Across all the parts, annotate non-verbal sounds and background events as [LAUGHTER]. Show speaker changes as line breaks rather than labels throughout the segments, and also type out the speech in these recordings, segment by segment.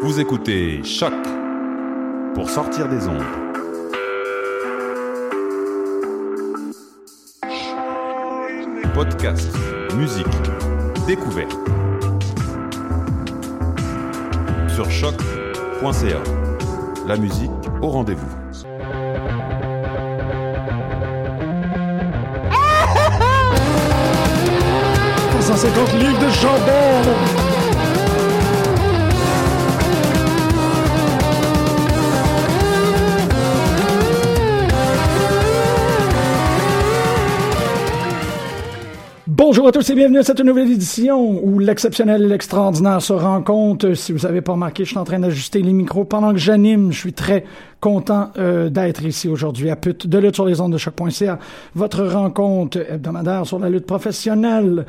Vous écoutez Choc pour sortir des ondes. Podcast, musique, découverte. Sur choc.ca. La musique au rendez-vous.
de chandelles Bonjour à tous et bienvenue à cette nouvelle édition où l'exceptionnel et l'extraordinaire se rencontrent. Si vous avez pas remarqué, je suis en train d'ajuster les micros pendant que j'anime. Je suis très content euh, d'être ici aujourd'hui à Pute de lutte sur les ondes de choc.ca. Votre rencontre hebdomadaire sur la lutte professionnelle.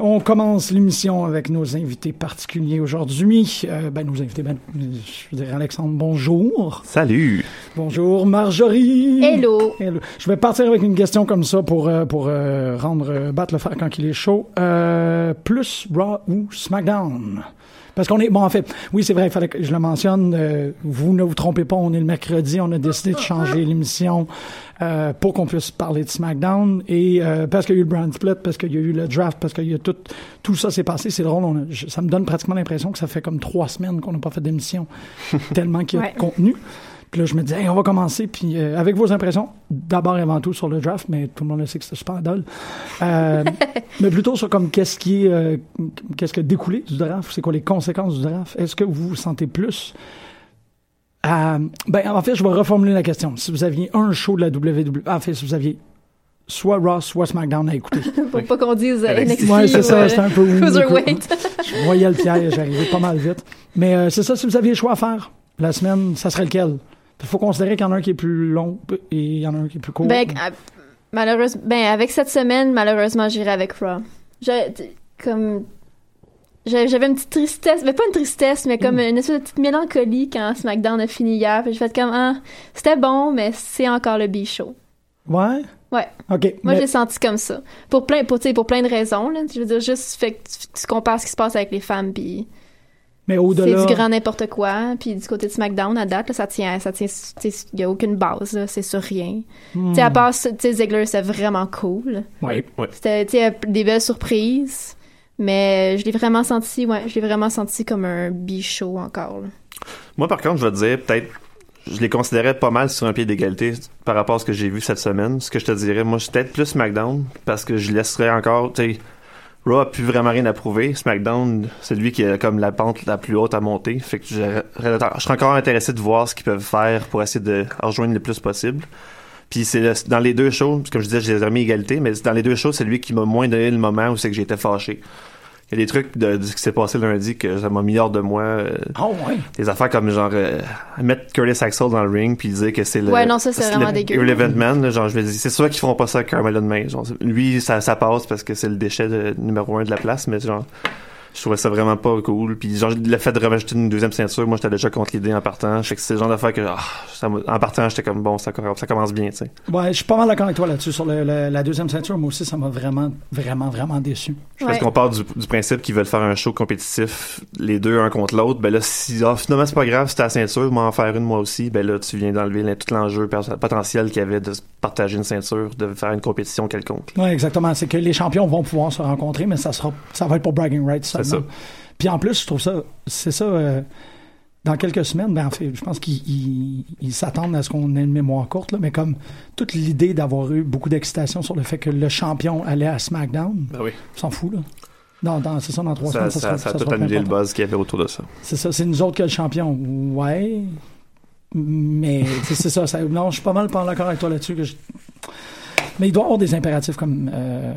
On commence l'émission avec nos invités particuliers aujourd'hui. Euh, ben, nos invités, ben, je dirais Alexandre, bonjour.
Salut!
Bonjour Marjorie.
Hello.
Hello. Je vais partir avec une question comme ça pour, euh, pour euh, rendre euh, battre le fer quand il est chaud. Euh, plus Raw ou SmackDown? Parce qu'on est... Bon, en fait, oui, c'est vrai, il fallait que je le mentionne. euh, vous ne vous trompez pas, on est le mercredi. On a décidé de changer l'émission euh, pour qu'on puisse parler de SmackDown. Et euh, parce qu'il y a eu le brand split, parce qu'il y a eu le draft, parce qu'il y a tout... Tout ça s'est passé. C'est drôle. on a- je- ça me donne pratiquement l'impression que ça fait comme trois semaines qu'on n'a pas fait d'émission. [LAUGHS] tellement qu'il y a
Ouais.
de contenu. Puis là, je me disais, Hey, on va commencer. Puis euh, avec vos impressions, d'abord et avant tout sur le draft, mais tout le monde le sait que c'était super dole. Euh, mais plutôt sur comme qu'est-ce qui est, euh, qu'est-ce qui a découlé du draft, c'est quoi les conséquences du draft. Est-ce que vous vous sentez plus à- ben, en fait, je vais reformuler la question. Si vous aviez un show de la WWE, en fait, si vous aviez soit Raw, soit SmackDown à écouter.
[LAUGHS] Pour pas qu'on dise euh, NXT
Ouais, c'est
ou,
ça,
euh,
c'est un peu oui,
Cruiserweight.
Je voyais le piège, j'arrivais pas mal vite. Mais euh, c'est ça, si vous aviez le choix à faire la semaine, ça serait lequel? Il faut considérer qu'il y en a un qui est plus long et il y en a un qui est plus court.
Ben, à- malheureusement, ben, avec cette semaine, malheureusement, j'irai avec Raw. Je- t- comme. j'a- J'avais une petite tristesse, mais pas une tristesse, mais comme une espèce de petite mélancolie quand SmackDown a fini hier. Puis j'ai fait comme, ah, c'était bon, mais c'est encore le B-show.
Ouais?
Ouais.
OK.
Moi,
mais-
j'ai senti comme ça. Pour plein, pour, tu sais, pour plein de raisons, là. Je veux dire, juste, fait que tu, tu compares ce qui se passe avec les femmes, puis
mais
c'est
au-delà.
du grand n'importe quoi. Puis du côté de SmackDown, à date, là, ça tient, ça tient, tu sais, il y a aucune base, là, c'est sur rien. Tu sais, à part, ça, tu sais, Ziggler, c'est vraiment cool.
Ouais.
C'était, tu sais, des belles surprises. Mais je l'ai vraiment senti, ouais, je l'ai vraiment senti comme un bichot encore, là.
Moi, par contre, je vais te dire, peut-être, je les considérais pas mal sur un pied d'égalité par rapport à ce que j'ai vu cette semaine. Ce que je te dirais, moi, je suis peut-être plus SmackDown parce que je laisserais encore, tu sais, Raw a plus vraiment rien à prouver. SmackDown, c'est lui qui a comme la pente la plus haute à monter. Fait que j'aurais- je serais encore intéressé de voir ce qu'ils peuvent faire pour essayer de rejoindre le plus possible. Puis c'est le- dans les deux shows, comme je disais, je les ai mis égalité, mais dans les deux shows, c'est lui qui m'a moins donné le moment où c'est que j'étais fâché. Il y a des trucs de, de ce qui s'est passé lundi que ça m'a mis hors de moi. euh,
Oh, ouais.
des affaires comme genre euh, mettre Curtis Axel dans le ring puis dire que c'est le
Ouais, non, ça, c'est
le
vraiment dégueu.
Relevant Man là, genre je me dis c'est sûr qu'ils feront pas ça avec Carmelo demain genre c'est- lui ça, ça passe parce que c'est le déchet de- numéro un de la place mais genre je trouvais ça vraiment pas cool puis genre le fait de rajouter une deuxième ceinture moi j'étais déjà contre l'idée en partant je sais que c'est le genre d'affaire que ah, ça m'a- en partant j'étais comme bon ça, com- ça commence bien tu sais
Ouais, je suis pas mal d'accord avec toi là-dessus. Sur le- le- la deuxième ceinture, moi aussi, ça m'a vraiment, vraiment, vraiment déçu.
Parce
Ouais.
qu'on part du, du principe qu'ils veulent faire un show compétitif, les deux un contre l'autre. Ben là, si ah, finalement c'est pas grave, c'est ta ceinture, moi en faire une moi aussi. Ben là, tu viens d'enlever là, tout l'enjeu pers- potentiel qu'il y avait de se partager une ceinture, de faire une compétition quelconque.
Oui, exactement. C'est que les champions vont pouvoir se rencontrer, mais ça sera, ça va être pour bragging rights seulement.
ça.
Puis en plus, je trouve ça, c'est ça. euh, dans quelques semaines, ben en fait, je pense qu'ils ils- ils s'attendent à ce qu'on ait une mémoire courte, là, mais comme toute l'idée d'avoir eu beaucoup d'excitation sur le fait que le champion allait à SmackDown,
Ben oui.
s'en fout là. Dans, dans, c'est ça, dans trois
Ça,
semaines, ça,
ça-
sera-
ça a
ça
tout
sera peu
annulé le
important.
buzz qu'il y avait autour de ça.
C'est ça, c'est nous autres que le champion. Ouais. Mais c'est c'est ça, ça- Non, je suis pas mal pas d'accord avec toi là-dessus. que je- Mais il doit y avoir des impératifs comme. euh,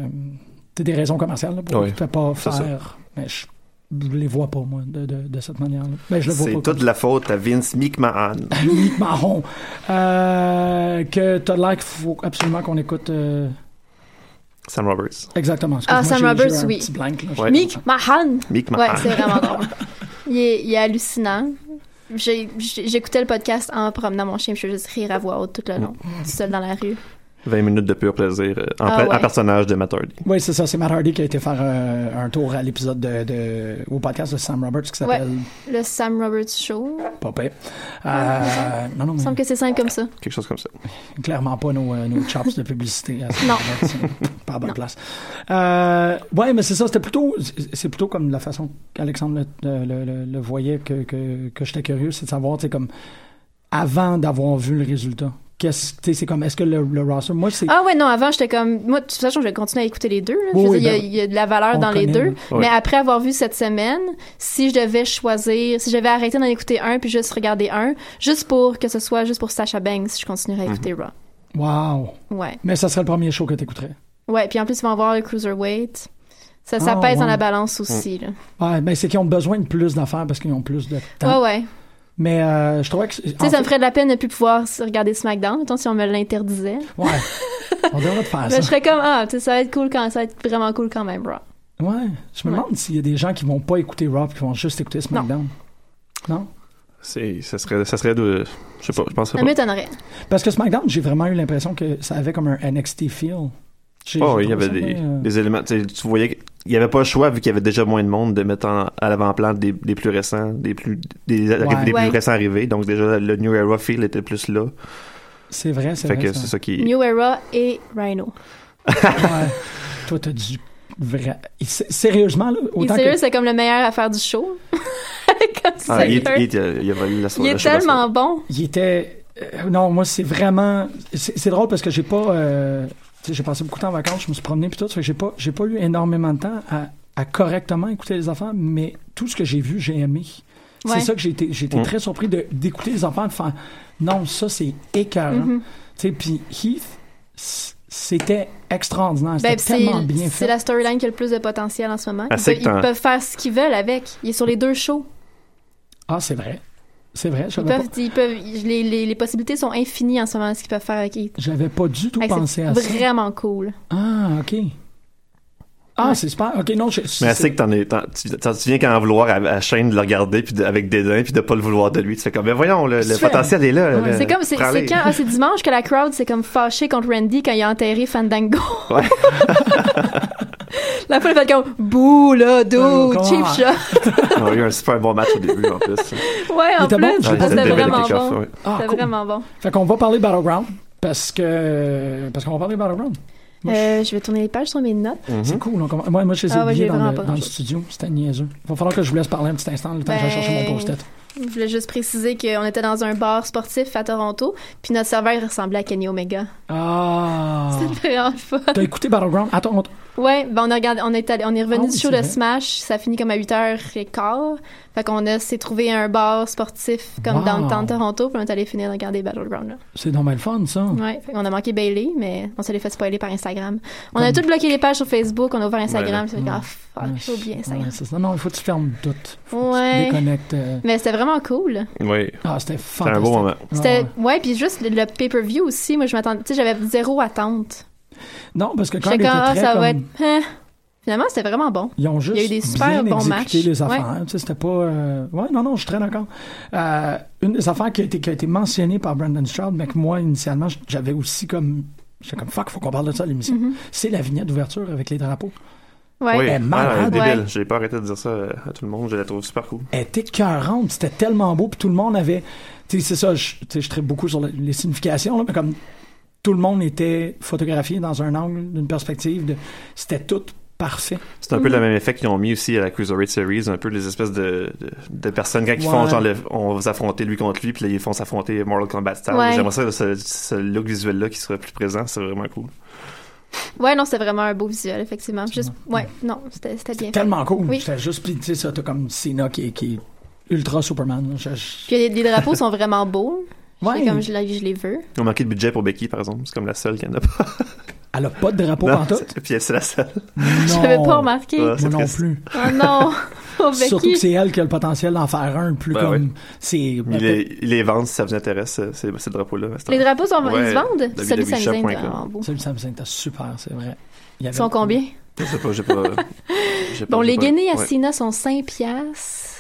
t'as des raisons commerciales là, pour
Ouais,
ne pas
c'est ça.
faire. Mais je- je les vois pas, moi, de, de- de cette manière-là. Ben, je le vois
C'est
pas.
toute la faute à Vince McMahon.
[LAUGHS] Unique marron. Euh, que t'as l'air qu'il faut absolument qu'on écoute euh,
Sam Roberts.
exactement.
Ah,
Excuse-moi,
Sam
j'ai-
Roberts,
j'ai eu un
oui.
petit blank, là.
Ouais.
Mick Mahan!
Mick
Ouais,
McMahon.
c'est vraiment drôle. Il est, il est hallucinant. J'ai- j'ai- J'écoutais le podcast en promenant mon chien, puis je fais juste rire à voix haute tout le long, tout seul dans la rue.
20 minutes de pur plaisir euh, en,
Ah
pla- en
ouais.
personnage de Matt Hardy.
Oui, c'est ça. C'est Matt Hardy qui a été faire euh, un tour à l'épisode de, de- au podcast de Sam Roberts qui s'appelle
Le Sam Roberts Show.
Popé. Euh, non, non,
Il me semble
mais
que c'est simple comme ça.
Quelque chose comme ça.
clairement pas nos, euh, nos chops de publicité. hein, à ce
Non.
moment-là,
[LAUGHS]
c'est Pas à bonne place. Euh, ouais, mais c'est ça. C'était plutôt, c'est- c'est plutôt comme la façon qu'Alexandre le, le- le- le voyait que, que, que j'étais curieux, c'est de savoir, tu sais, comme avant d'avoir vu le résultat. Qu'est-ce, tu sais, c'est comme, est-ce que le, le roster, moi, c'est,
Ah ouais, non, avant, j'étais comme... Moi, de toute façon, je vais continuer à écouter les deux. là. Je
Oui,
veux
oui,
dire, il, y
ben,
a, il y a de la valeur
on
dans les
connaît,
deux.
là.
Ouais.
Mais après avoir vu cette semaine, si je devais choisir, si je devais arrêter d'en écouter un puis juste regarder un, juste pour que ce soit juste pour Sasha Banks, je continuerais à
Mhm.
écouter
wow.
Raw. Ouais.
Mais ça serait le premier show que t'écouterais.
Ouais, puis en plus, ils vont avoir le Cruiserweight. Ça, ça
Ah,
pèse dans
ouais.
la balance aussi, là.
Ouais, mais c'est qu'ils ont besoin de plus d'affaires parce qu'ils ont plus de temps.
Ouais, ouais. Tu
Mais euh, je trouvais que. Tu
sais, ça me ferait de la peine de plus pouvoir s- regarder SmackDown, mettons, si on me l'interdisait. [LAUGHS]
Ouais. On devrait te faire
Là, je
ça.
serais comme, ah, tu sais, ça va être cool quand, ça va être vraiment cool quand même, Raw.
Ouais. Je me
Ouais.
demande s'il y a des gens qui vont pas écouter Raw qui vont juste écouter SmackDown. Non.
C'est, ça serait, ça serait de, je sais pas, je pense que
Ça
c'est pas.
m'étonnerait.
Parce que SmackDown, j'ai vraiment eu l'impression que ça avait comme un NXT feel. J'ai-
Oh,
j'ai
il y avait
trouvé ça,
des,
mais, euh,
des éléments. tu sais, Tu voyais qu'il n'y avait pas le choix, vu qu'il y avait déjà moins de monde, de mettre en- à l'avant-plan des, des plus récents, des plus, des, arri- des
Ouais.
plus récents arrivés. Donc, déjà, le New Era feel était plus là.
C'est vrai, c'est
fait
vrai.
que
ça.
c'est ça qui.
New Era et Rhino.
Ouais. Toi, t'as du vrai. Et sé- Sérieusement, là,
Et
autant
sérieux,
que.
c'est comme le meilleur à faire du show. [LAUGHS] comme ça.
Ah, il,
il,
est- il est- il a- il a valu la soirée.
est tellement bon.
Il était. euh, non, moi, c'est vraiment. C'est c'est drôle parce que j'ai pas. euh, tu sais, j'ai passé beaucoup de temps en vacances, je me suis promené puis tout. ça fait que j'ai pas, j'ai pas eu énormément de temps à, à correctement écouter les enfants, mais tout ce que j'ai vu, j'ai aimé.
Ouais.
C'est ça que j'ai été, j'ai été
Mm.
très surpris de- d'écouter les enfants de faire. Non, ça, c'est écœurant.
Mhm.
Tu sais, puis Heath, c- c'était extraordinaire. C'était
Ben, c'est
tellement bien
c'est
fait.
la storyline qui a le plus de potentiel en ce moment.
Ah,
Ils,
c'est
peuvent-
que t'en-
ils peuvent faire ce qu'ils veulent avec. Il est sur les deux shows.
Ah, c'est vrai. C'est vrai. Je
Ils
l'avais
peuvent, ils peuvent, les, les- les possibilités sont infinies en ce moment, ce qu'ils peuvent faire avec Heath.
pas, j'avais pas du tout
Fait que
pensé
C'est
à ça.
vraiment cool.
Ah, OK. Ah, c'est super. OK, non, je,
Mais
c'est-
c'est que t'en es, t'en- tu, t'en- tu viens qu'à en vouloir à, à Shane de le regarder puis de- avec dédain puis de pas le vouloir de lui. Tu fais comme, mais voyons, le, le
C'est-
potentiel est là. le-
C'est comme, c'est
prends-le. [LAUGHS]
c'est quand, ah, c'est dimanche que la crowd s'est comme fâchée contre Randy quand il a enterré Fandango.
Ouais.
[LAUGHS] la foule fait comme, bouh, là,
Oh,
dude,
come
cheap
on.
shot.
On a eu un super bon match au début en plus.
Ouais, en
était
plus,
bon, Ah,
ça,
C'était
c'était
des belles
vraiment
kick-offs,
bon.
ouais.
Ah,
C'était
cool.
vraiment bon.
Fait qu'on va parler Battleground parce que parce qu'on va parler Battleground. Moi, je-
Euh, je vais tourner les pages sur mes notes.
Mhm.
C'est cool. on commence- Moi, moi, je les ai
Ah ouais,
oubliés
j'ai
dans,
vraiment
le,
pas
dans le
grand-chose.
studio. C'était niaiseux. Il va falloir que je vous laisse parler un petit instant le temps que j'aille chercher
Ben,
mon post-it.
Je voulais juste préciser qu'on était dans un bar sportif à Toronto, puis notre serveur il ressemblait à Kenny Omega. [LAUGHS]
Ah!
C'était vraiment le fun.
T'as écouté Battleground? Attends, on-
Ouais, ben on, a regardé, on, est allé- on est revenu
Ah oui,
du show
c'est
de
vrai.
Smash, ça finit comme à 8h15. Fait qu'on a- s'est trouvé un bar sportif comme
Wow.
dans le temps de Toronto, puis on est allé finir de regarder Battleground. Là.
c'est normal fun, ça.
Ouais, fait qu'on a manqué Bailey, mais on se l'est fait spoiler par Instagram. On a tout bloqué les pages sur Facebook, on a ouvert Instagram, puis on a dit, ah fuck, j'ai oublié Instagram.
Ouais, c'est ça. Non, il faut que tu fermes tout. Faut que tu
Ouais.
déconnectes. euh.
Mais c'était vraiment cool.
Oui.
Ah, c'était
C'était un
fantastique.
beau moment.
Ah,
C'était
ouais.
ouais, puis juste le, le pay-per-view aussi, moi je m'attendais, tu sais j'avais zéro attente.
Non, parce que quand
J'étais
il
comme
était
ah,
très
ça
comme-
va être hein. Finalement, c'était vraiment bon.
Ils ont juste
Il y a eu des super
bien
bons
exécuté
matchs.
les
Ouais.
affaires. Tu sais, C'était pas. euh, Ouais, non, non, je suis très d'accord. Euh, une des affaires qui a été, qui a été mentionnée par Brandon Stroud, mais que moi, initialement, j'avais aussi comme. J'étais comme fuck, faut qu'on parle de ça à l'émission.
Mm-hmm.
C'est la vignette d'ouverture avec les drapeaux.
Ouais.
Oui,
Elle est malade.
Ah, elle est débile.
Ouais.
J'ai pas arrêté de dire ça euh, à tout le monde. Je la trouve super cool.
Elle était écœurante, c'était tellement beau, puis tout le monde avait. Tu sais, c'est ça, je, tu sais, je traite beaucoup sur le- les significations, là, mais comme tout le monde était photographié dans un angle, d'une perspective, de, c'était tout parfait.
C'est
Mm-hmm.
un peu le même effet qu'ils ont mis aussi à la Cruiserweight Series, un peu les espèces de, de, de personnes quand ils font
Ouais.
genre le- on va s'affronter lui contre lui, puis là ils font s'affronter Mortal Kombat style.
Ouais.
J'aimerais ça ce, ce look visuel là qui serait plus présent, c'est vraiment cool.
Ouais, non, c'était vraiment un beau visuel effectivement. Juste ouais, non, c'était c'était bien. fait.
Tellement cool.
Oui.
J'étais juste, puis tu sais, ça, t'as comme Cena qui, est- qui est ultra Superman. là. Je- je-
Puis les, les drapeaux sont vraiment beaux.
Ouais.
C'est Comme je, l'ai- je les veux. [LAUGHS]
Ils ont manqué de budget pour Becky par exemple, c'est comme la seule qui en a pas.
Elle a pas de drapeau
Non,
en
[LAUGHS]
tout.
c'est- Puis c'est la seule.
Je n'avais pas remarqué.
Ouais.
Moi
C'est
non
triste.
plus.
Oh
[LAUGHS]
non! Oh,
Surtout que
Becky!
c'est elle qui a le potentiel d'en faire un plus
Ben
comme.
oui.
C'est. ben,
Il les, il les vend si ça vous intéresse, ces, ces- ces drapeaux-là. à ce
Les
temps-là.
drapeaux sont
Ouais,
ils se vendent?
www.shop.com.
Celui ça nous aide. Ah, beau.
Celui de Samsung était super, c'est vrai. Il y
Ils
avait-
sont combien?
Je sais pas, j'ai pas.
[LAUGHS]
j'ai pas-
Bon,
j'ai
les
pas-
guenilles à
ouais.
Sina sont 5 piastres.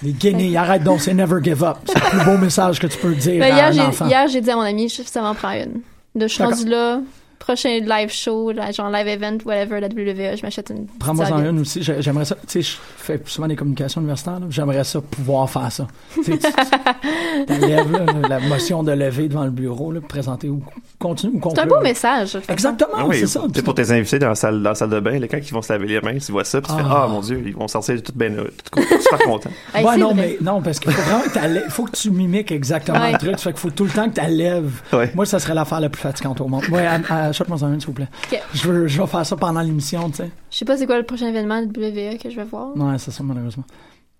Les guenilles, arrête donc, c'est never give up. C'est le plus beau message que tu peux dire
Ben,
à
hier,
un
j'ai,
enfant.
hier, j'ai dit à mon ami, je ça m'en prend une. De je suis
D'accord.
rendue là, prochain live show, là, genre live event, whatever, la WWE, je m'achète une. petite
Prends-moi en
serviette.
une aussi. J'ai- J'aimerais ça. Tu sais, je fais souvent des communications universitaires. là. J'aimerais ça pouvoir faire ça. Tu sais, tu- tu- ta lève, là, la motion de lever devant le bureau, là, présenter ou continue ou
C'est un
conclure.
beau message. hein? de toute façon.
Exactement,
Ah oui,
c'est ça.
C'est pour tes invités dans la salle, dans la salle de bain, les gens qui vont se laver les mains, tu vois ça, puis tu fais
Ah.
Ah mon Dieu, ils vont sortir tout bien, euh, tout co- [LAUGHS] super contents.
Hey,
Ouais,
c'est
non,
vrai.
mais non, parce qu'il faut vraiment que t'allais- faut que tu mimiques exactement
Ouais.
le truc. Fait qu'il faut tout le temps que tu lèves.
Ouais.
Moi, ça serait l'affaire la plus fatigante au monde. Ouais, à- à- achète-moi en une, s'il vous plaît.
Ok.
Je, veux, je vais faire ça pendant l'émission, tu sais.
Je sais pas c'est quoi le prochain événement de WWE que je vais voir.
Ouais, c'est ça, malheureusement.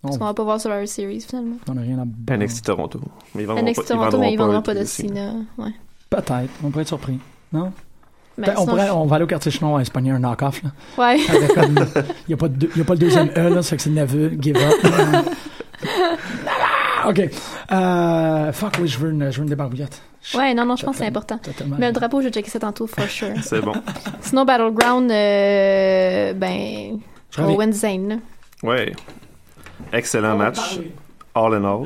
Parce
On
qu'on va pas voir sur Survivor Series finalement.
on a rien à
Ben, NXT Toronto. Mais ils vendront
Annex
pas- ils
Toronto, mais ils vendront pas de
aussi.
Cena. Ouais.
Peut-être. On pourrait être surpris. Non?
Mais
Ben, on,
sinon,
pourrait- on va aller au quartier chinois à se pogner un knock-off, là.
je- Ouais.
Avec comme- Il n'y a, pas de deux- il y a pas le deuxième E, là, c'est que c'est neveu, give up. [LAUGHS] Euh, OK. Euh, fuck, oui, je veux une, je veux une débarbouillette.
ouais, non, non, je pense que c'est important.
Totalement.
Mais le drapeau, je vais checker ça tantôt, for sure.
C'est bon.
Sinon, Battleground, euh, ben.
Je reviens.
Owen Zane, là.
Ouais. Excellent match. All in all.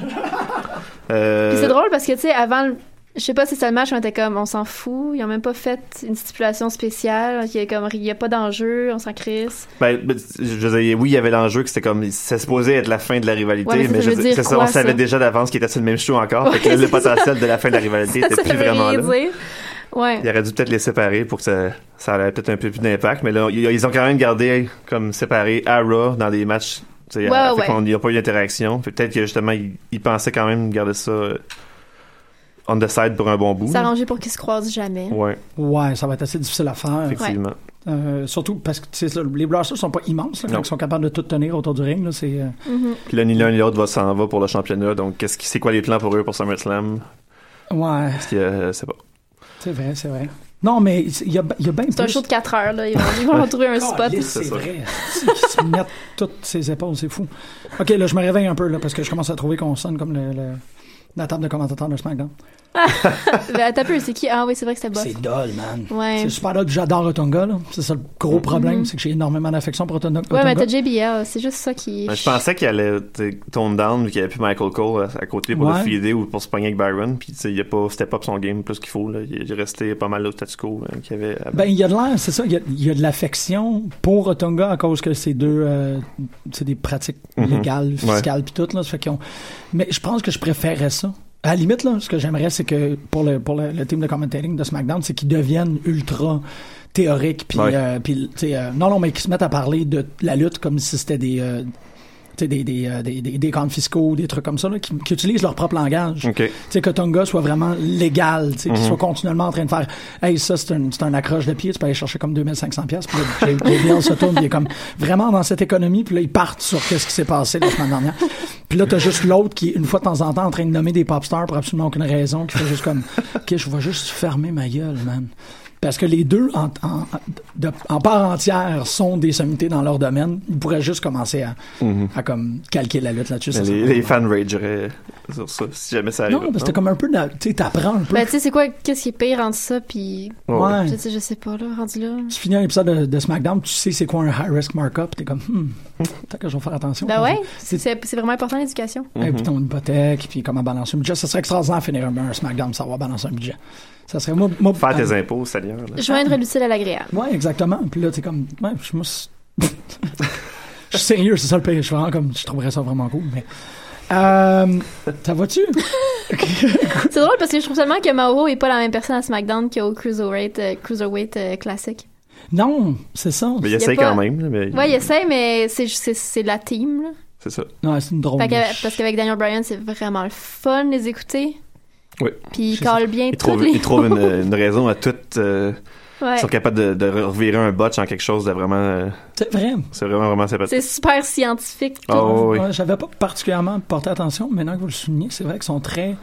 Euh,
Puis c'est drôle parce que, tu sais, avant, le- je sais pas si c'était le match, on était comme, on s'en fout, ils ont même pas fait une stipulation spéciale, il y a comme, il y a pas d'enjeu, on s'en crisse.
Ben, ben, je veux dire, oui, il y avait l'enjeu que c'était comme, ça supposait être la fin de la rivalité,
Ouais, mais ça
mais je
veut
veux dire,
dire
c'est ça,
quoi,
on savait
ça?
déjà d'avance qu'il était sur le même show encore, fait que
Ouais,
là, le
c'est [LAUGHS] ça.
potentiel de la fin de la rivalité était plus
veut
vraiment là.
dire. Ouais.
Il aurait dû peut-être les séparer pour que ça, ça aurait peut-être un peu plus d'impact, mais là, ils ils ont quand même gardé comme séparé à Raw dans des matchs, tu sais,
Ouais,
à-
ouais.
fait qu'on- il n'y a pas eu d'interaction, Fait peut-être que justement, ils, ils pensaient quand même garder ça euh, on the side pour un bon bout.
S'arranger pour qu'ils se croisent jamais.
Ouais,
Ouais, ça va être assez difficile à faire.
effectivement.
Euh, surtout parce que tu sais, ça, les blasters sont pas immenses, là,
Non.
quand ils sont capables de tout tenir autour du ring. Là, c'est, euh,
Puis là, ni l'un ni l'autre va s'en va pour le championnat, donc qu'est-ce qui, c'est quoi les plans pour eux pour SummerSlam?
Mm.
Ouais,
Parce que, euh, c'est pas.
c'est vrai, c'est vrai. Non, mais il y a, il y a bien
C'est un show de 4 heures, là. Ils vont, ils vont trouver un spot.
c'est
c'est ça.
vrai. Si, Ils se mettent toutes ses épaules, c'est fou. OK, là, je me réveille un peu là, parce que je commence à trouver qu'on sonne comme le- le- la table de commentateurs de SmackDown.
Ben, t'as peu, c'est qui? Ah oui, c'est vrai que c'était bof.
C'est dol, man.
Ouais. Mm-hmm.
C'est super dol. J'adore Otonga. là. C'est ça le gros problème, c'est que j'ai énormément d'affection pour Otonga.
Ouais, mais
Otunga.
t'as JBL, c'est juste ça qui.
Ben, je pensais qu'il allait t'sais, tone down vu qu'il n'y avait plus Michael Cole à, à côté pour
Ouais.
le feeder ou pour se pogner avec Byron. Puis t'sais, il a pas step up son game plus qu'il faut. Là. Il il est resté pas mal au statu quo hein, qu'il y avait avant.
Ben, il y a de l'air, c'est ça. Il y a, il y a de l'affection pour Otonga à cause que c'est deux, euh, c'est des pratiques légales, fiscales, puis tout, là. Ça fait qu'ils ont- Mais je pense que je préférerais ça. À la limite, là, ce que j'aimerais, c'est que pour le, pour le, le team de commentating de SmackDown, c'est qu'ils deviennent ultra théoriques, puis,
Ouais.
euh, puis, tu sais, euh, non, non, mais qu'ils se mettent à parler de la lutte comme si c'était des, euh, tu sais, des, des, euh, des, des, des comptes fiscaux, des trucs comme ça, là, qui, qui utilisent leur propre langage.
OK.
Tu sais, que ton gars soit vraiment légal, tu sais, qu'il soit continuellement en train de faire Hey, ça, c'est un, c'est un accroche de pied, tu peux aller chercher comme 2500$. pièces Puis là, Jay- Jay Biel se tourne, puis il est comme vraiment dans cette économie, puis là, ils partent sur qu'est-ce qui s'est passé la semaine dernière. Puis là, t'as juste l'autre qui, une fois de temps en temps, en train de nommer des pop stars pour absolument aucune raison, qui fait juste comme Ok, je vais juste fermer ma gueule, man. Parce que les deux, en, en, de- en part entière, sont des sommités dans leur domaine. Ils pourraient juste commencer à, à comme calquer la lutte là-dessus. ça
Mhm. Mais
serait
les,
vraiment-
les fans rageraient sur ça si jamais ça arrive.
non, parce que t'as comme un peu. de- Tu sais, t'apprends un peu.
Ben, tu sais, c'est quoi, qu'est-ce qui est pire entre ça, puis.
ouais.
Je, sais- je sais pas, là, rendu là.
Tu finis un épisode de, de SmackDown, tu sais c'est quoi un high-risk markup, t'es comme, hmm, peut-être que je vais faire attention.
Ben ouais,
C'est-
c'est c'est vraiment important l'éducation.
Et
Mhm.
puis ton hypothèque, puis comment balancer un budget. Ça serait extraordinaire de finir un, un SmackDown, savoir balancer un budget. Ça serait moi. moi-
Faire tes
euh,
impôts, ça l'air.
Joindre l'utile à l'agréable.
Ouais, exactement. Puis là, t'es comme, ouais, je moi, c'est- [LAUGHS] Je suis sérieux, c'est ça le pire. Je suis vraiment comme, je trouverais ça vraiment cool, mais. Euh, ça va-tu?
C'est drôle parce que je trouve seulement que Mauro est pas la même personne à SmackDown qu'au Cruiserweight, euh, Cruiserweight euh, classique.
Non, c'est ça.
Mais il
y a
essaye
pas-
quand même. là, Mais
Ouais, il essaie, mais c'est ju- c'est c'est de la team. Là.
C'est ça.
Non, c'est une drôle.
Fait
de-
que- parce qu'avec Daniel Bryan, c'est vraiment le fun de les écouter.
Oui.
Puis il
C'est
colle bien
Ils
tous
trouvent
les
ils
[LAUGHS]
trouvent une, une raison à tout. euh,
[LAUGHS] Ouais.
Ils sont capables de, de revirer un botch en quelque chose de vraiment. euh,
C'est vrai.
c'est vraiment, vraiment sympathique.
C'est super scientifique. puis
Ah oui, oui.
Ouais, J'avais pas particulièrement porté attention, mais maintenant que vous le soulignez, c'est vrai qu'ils sont très.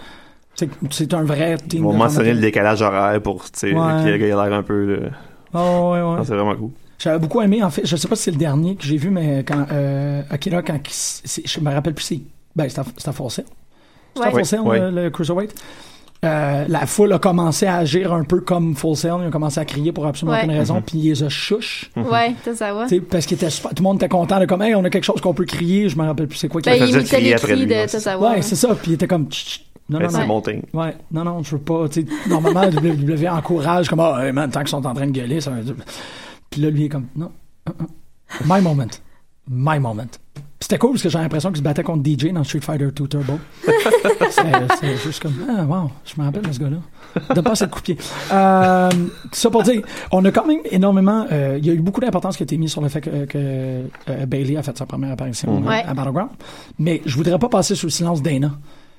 c'est- C'est un vrai team.
Ils vont
de
mentionner
commentaires.
le décalage horaire pour, tu sais,
Ouais.
qu'il y a l'air un peu. euh,
Oh, ouais, ouais.
Non, C'est vraiment cool.
J'avais beaucoup aimé, en fait, je sais pas si c'est le dernier que j'ai vu, mais quand euh, Akira, quand il s- c'est- je me rappelle plus c'est. Ben, c'était à- c'était à Forcell. C'était à
Ouais.
Full Sail, le,
Ouais.
le Cruiserweight. Euh, la foule a commencé à agir un peu comme Full Sail. Ils ont commencé à crier pour absolument
Ouais.
aucune raison,
Mm-hmm.
puis ils les a chuches.
Ouais, c'est ça, ouais.
Tu sais, Parce que tout le monde était content de comme, hey, on a quelque chose qu'on peut crier. Je me rappelle plus c'est quoi. qu'il
Ben,
y
Ça
il
faisait
imitait
crier
les
après
cris
lui,
de
ouais.
Tosawa.
Ouais, c'est ça. Puis il était comme, Chut, chut. non, non,
Ben,
non.
C'est
Ouais.
mon thing.
Ouais, non, non, je veux pas. tu sais, normalement, [LAUGHS] WWE encourage comme, ah, hey, man, tant qu'ils sont en train de gueuler, ça veut dire. Puis là, lui il est comme, non. uh, uh. My moment. My moment. Puis C'était cool parce que j'ai l'impression qu'il se battait contre DJ dans Street Fighter 2 Turbo. c'est c'est juste comme, ah, wow, je me rappelle de ce gars-là. De pas cette coup de pied. Euh, ça pour dire, on a quand même énormément. euh, Il y a eu beaucoup d'importance qui a été mise sur le fait que, euh, Bailey a fait sa première apparition euh,
Ouais.
à Battleground. Mais je voudrais pas passer sous le silence Dana.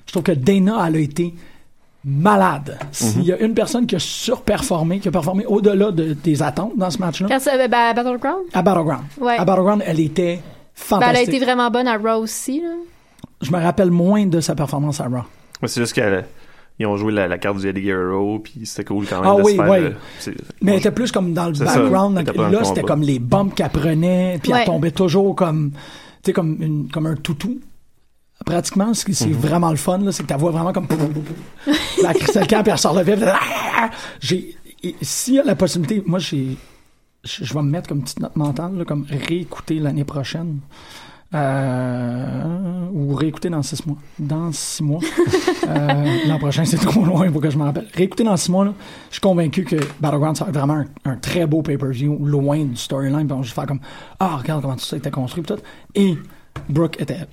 Je trouve que Dana, elle a été malade.
Mhm.
S'il y a une personne qui a surperformé, qui a performé au-delà de- des attentes dans ce match-là,
Quand ça, ben, ben, à Battleground?
à Battleground.
Ouais.
À Battleground, elle était
Ben, elle a
fantastique.
été vraiment bonne à Raw aussi, là.
Je me rappelle moins de sa performance à Raw.
Mais c'est juste qu'ils ont joué la, la carte du Eddie Guerrero, puis c'était cool quand même
Ah
de
oui,
se faire.
oui.
euh, c'est-
Mais
moi,
elle était plus comme dans le
C'est ça,
background.
elle était pas dans le
là, c'était
combat.
comme les bombes qu'elle prenait, puis elle
Ouais.
tombait toujours comme, tu sais, comme, une- comme un toutou. Pratiquement, ce qui
Mhm.
c'est vraiment le fun, là, c'est que ta voix vraiment comme. la cristale camp, puis elle sort le vif. ah. J'ai. et S'il y a la possibilité, moi, j'ai. Je je vais me mettre comme petite note mentale, là, comme réécouter l'année prochaine. Euh, ou réécouter dans six mois. Dans six mois.
[LAUGHS]
Euh, L'an prochain, c'est trop loin pour que je m'en rappelle. Réécouter dans six mois, là, je suis convaincu que Battleground, ça va être vraiment un, un très beau pay-per-view, loin du storyline. Puis on va juste faire comme Ah, regarde comment tout ça était construit. puis tout. Et Brooke était.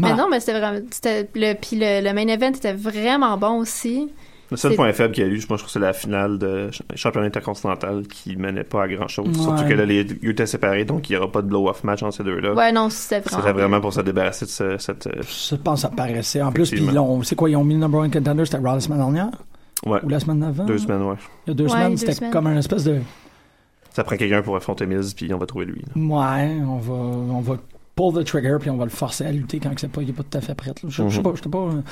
Mais
malade.
non, mais c'était vraiment. c'était Le, puis le, le main event était vraiment bon aussi.
Le seul
c'est-
point faible qu'il y a eu, moi je trouve que c'est la finale de ch- championnat intercontinental qui menait pas à grand chose.
Ouais.
Surtout que là, les deux étaient séparés, donc il n'y aura pas de blow-off match entre ces deux-là.
Ouais, non, c'était vraiment.
C'était vraiment pour se débarrasser de ce- cette. euh,
Je pense que ça paraissait. En plus, puis
Effectivement.
ils l'ont- c'est quoi, ils ont mis le number one contender, c'était Raw la semaine dernière
Ouais.
ou la semaine d'avant?
Deux semaines, ouais.
Il y a deux
Ouais,
semaines,
deux
c'était
semaines.
comme un espèce de
Ça prend quelqu'un pour affronter Miz, puis on va trouver lui. là.
Ouais, on va, on va pull the trigger puis on va le forcer à lutter quand c'est pas, il est pas tout à fait prêt. là. Je, je sais pas, je sais pas. euh.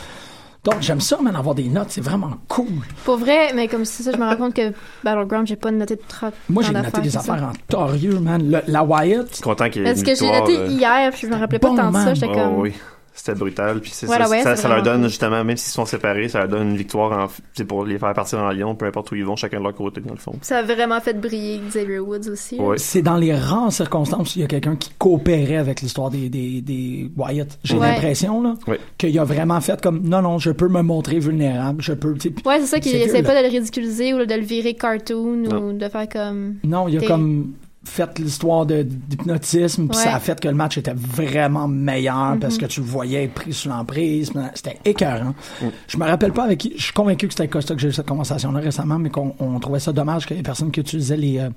Donc, j'aime ça, man, avoir des notes, c'est vraiment cool.
Pour vrai, mais comme c'est ça, je me rends compte que Battleground, j'ai pas noté de trop.
Moi,
tant
j'ai noté
d'affaires
des
que ça.
affaires en torieux, man. Le- la Wyatt,
Content qu'il y ait
Parce
une
que j'ai
victoire,
noté
euh,
hier, puis je me rappelais pas
bon
tant de
moment.
ça. J'étais
oh,
comme.
oui. C'était brutal, puis c'est
Ouais,
ça,
la Wyatt,
ça,
c'est
ça leur
vraiment
donne
cool.
justement, même s'ils sont séparés, ça leur donne une victoire en, c'est pour les faire partir en Lyon, peu importe où ils vont, chacun de leur côté dans le fond.
Ça a vraiment fait briller Xavier Woods aussi. là.
Ouais.
c'est dans les rares circonstances où il y a quelqu'un qui coopérait avec l'histoire des, des, des Wyatt. J'ai
Ouais.
l'impression, là,
Ouais.
qu'il a vraiment fait comme, non, non, je peux me montrer vulnérable, je peux, tu sais, puis-
Ouais, c'est ça qu'il
C'est
essaie
vieux,
pas de le ridiculiser ou de le virer cartoon ou de faire comme.
Non, il a
T'es-
comme fait l'histoire de- d'hypnotisme, puis
Ouais. Mm-hmm.
ça a fait que le match était vraiment meilleur parce que tu le voyais être pris sous l'emprise. mais C'était écœurant.
Mm.
Je me rappelle pas avec qui. Je suis convaincu que c'était avec Costa que j'ai eu cette conversation-là récemment, mais qu'on on trouvait ça dommage qu'il y ait personne qui utilisait les, euh,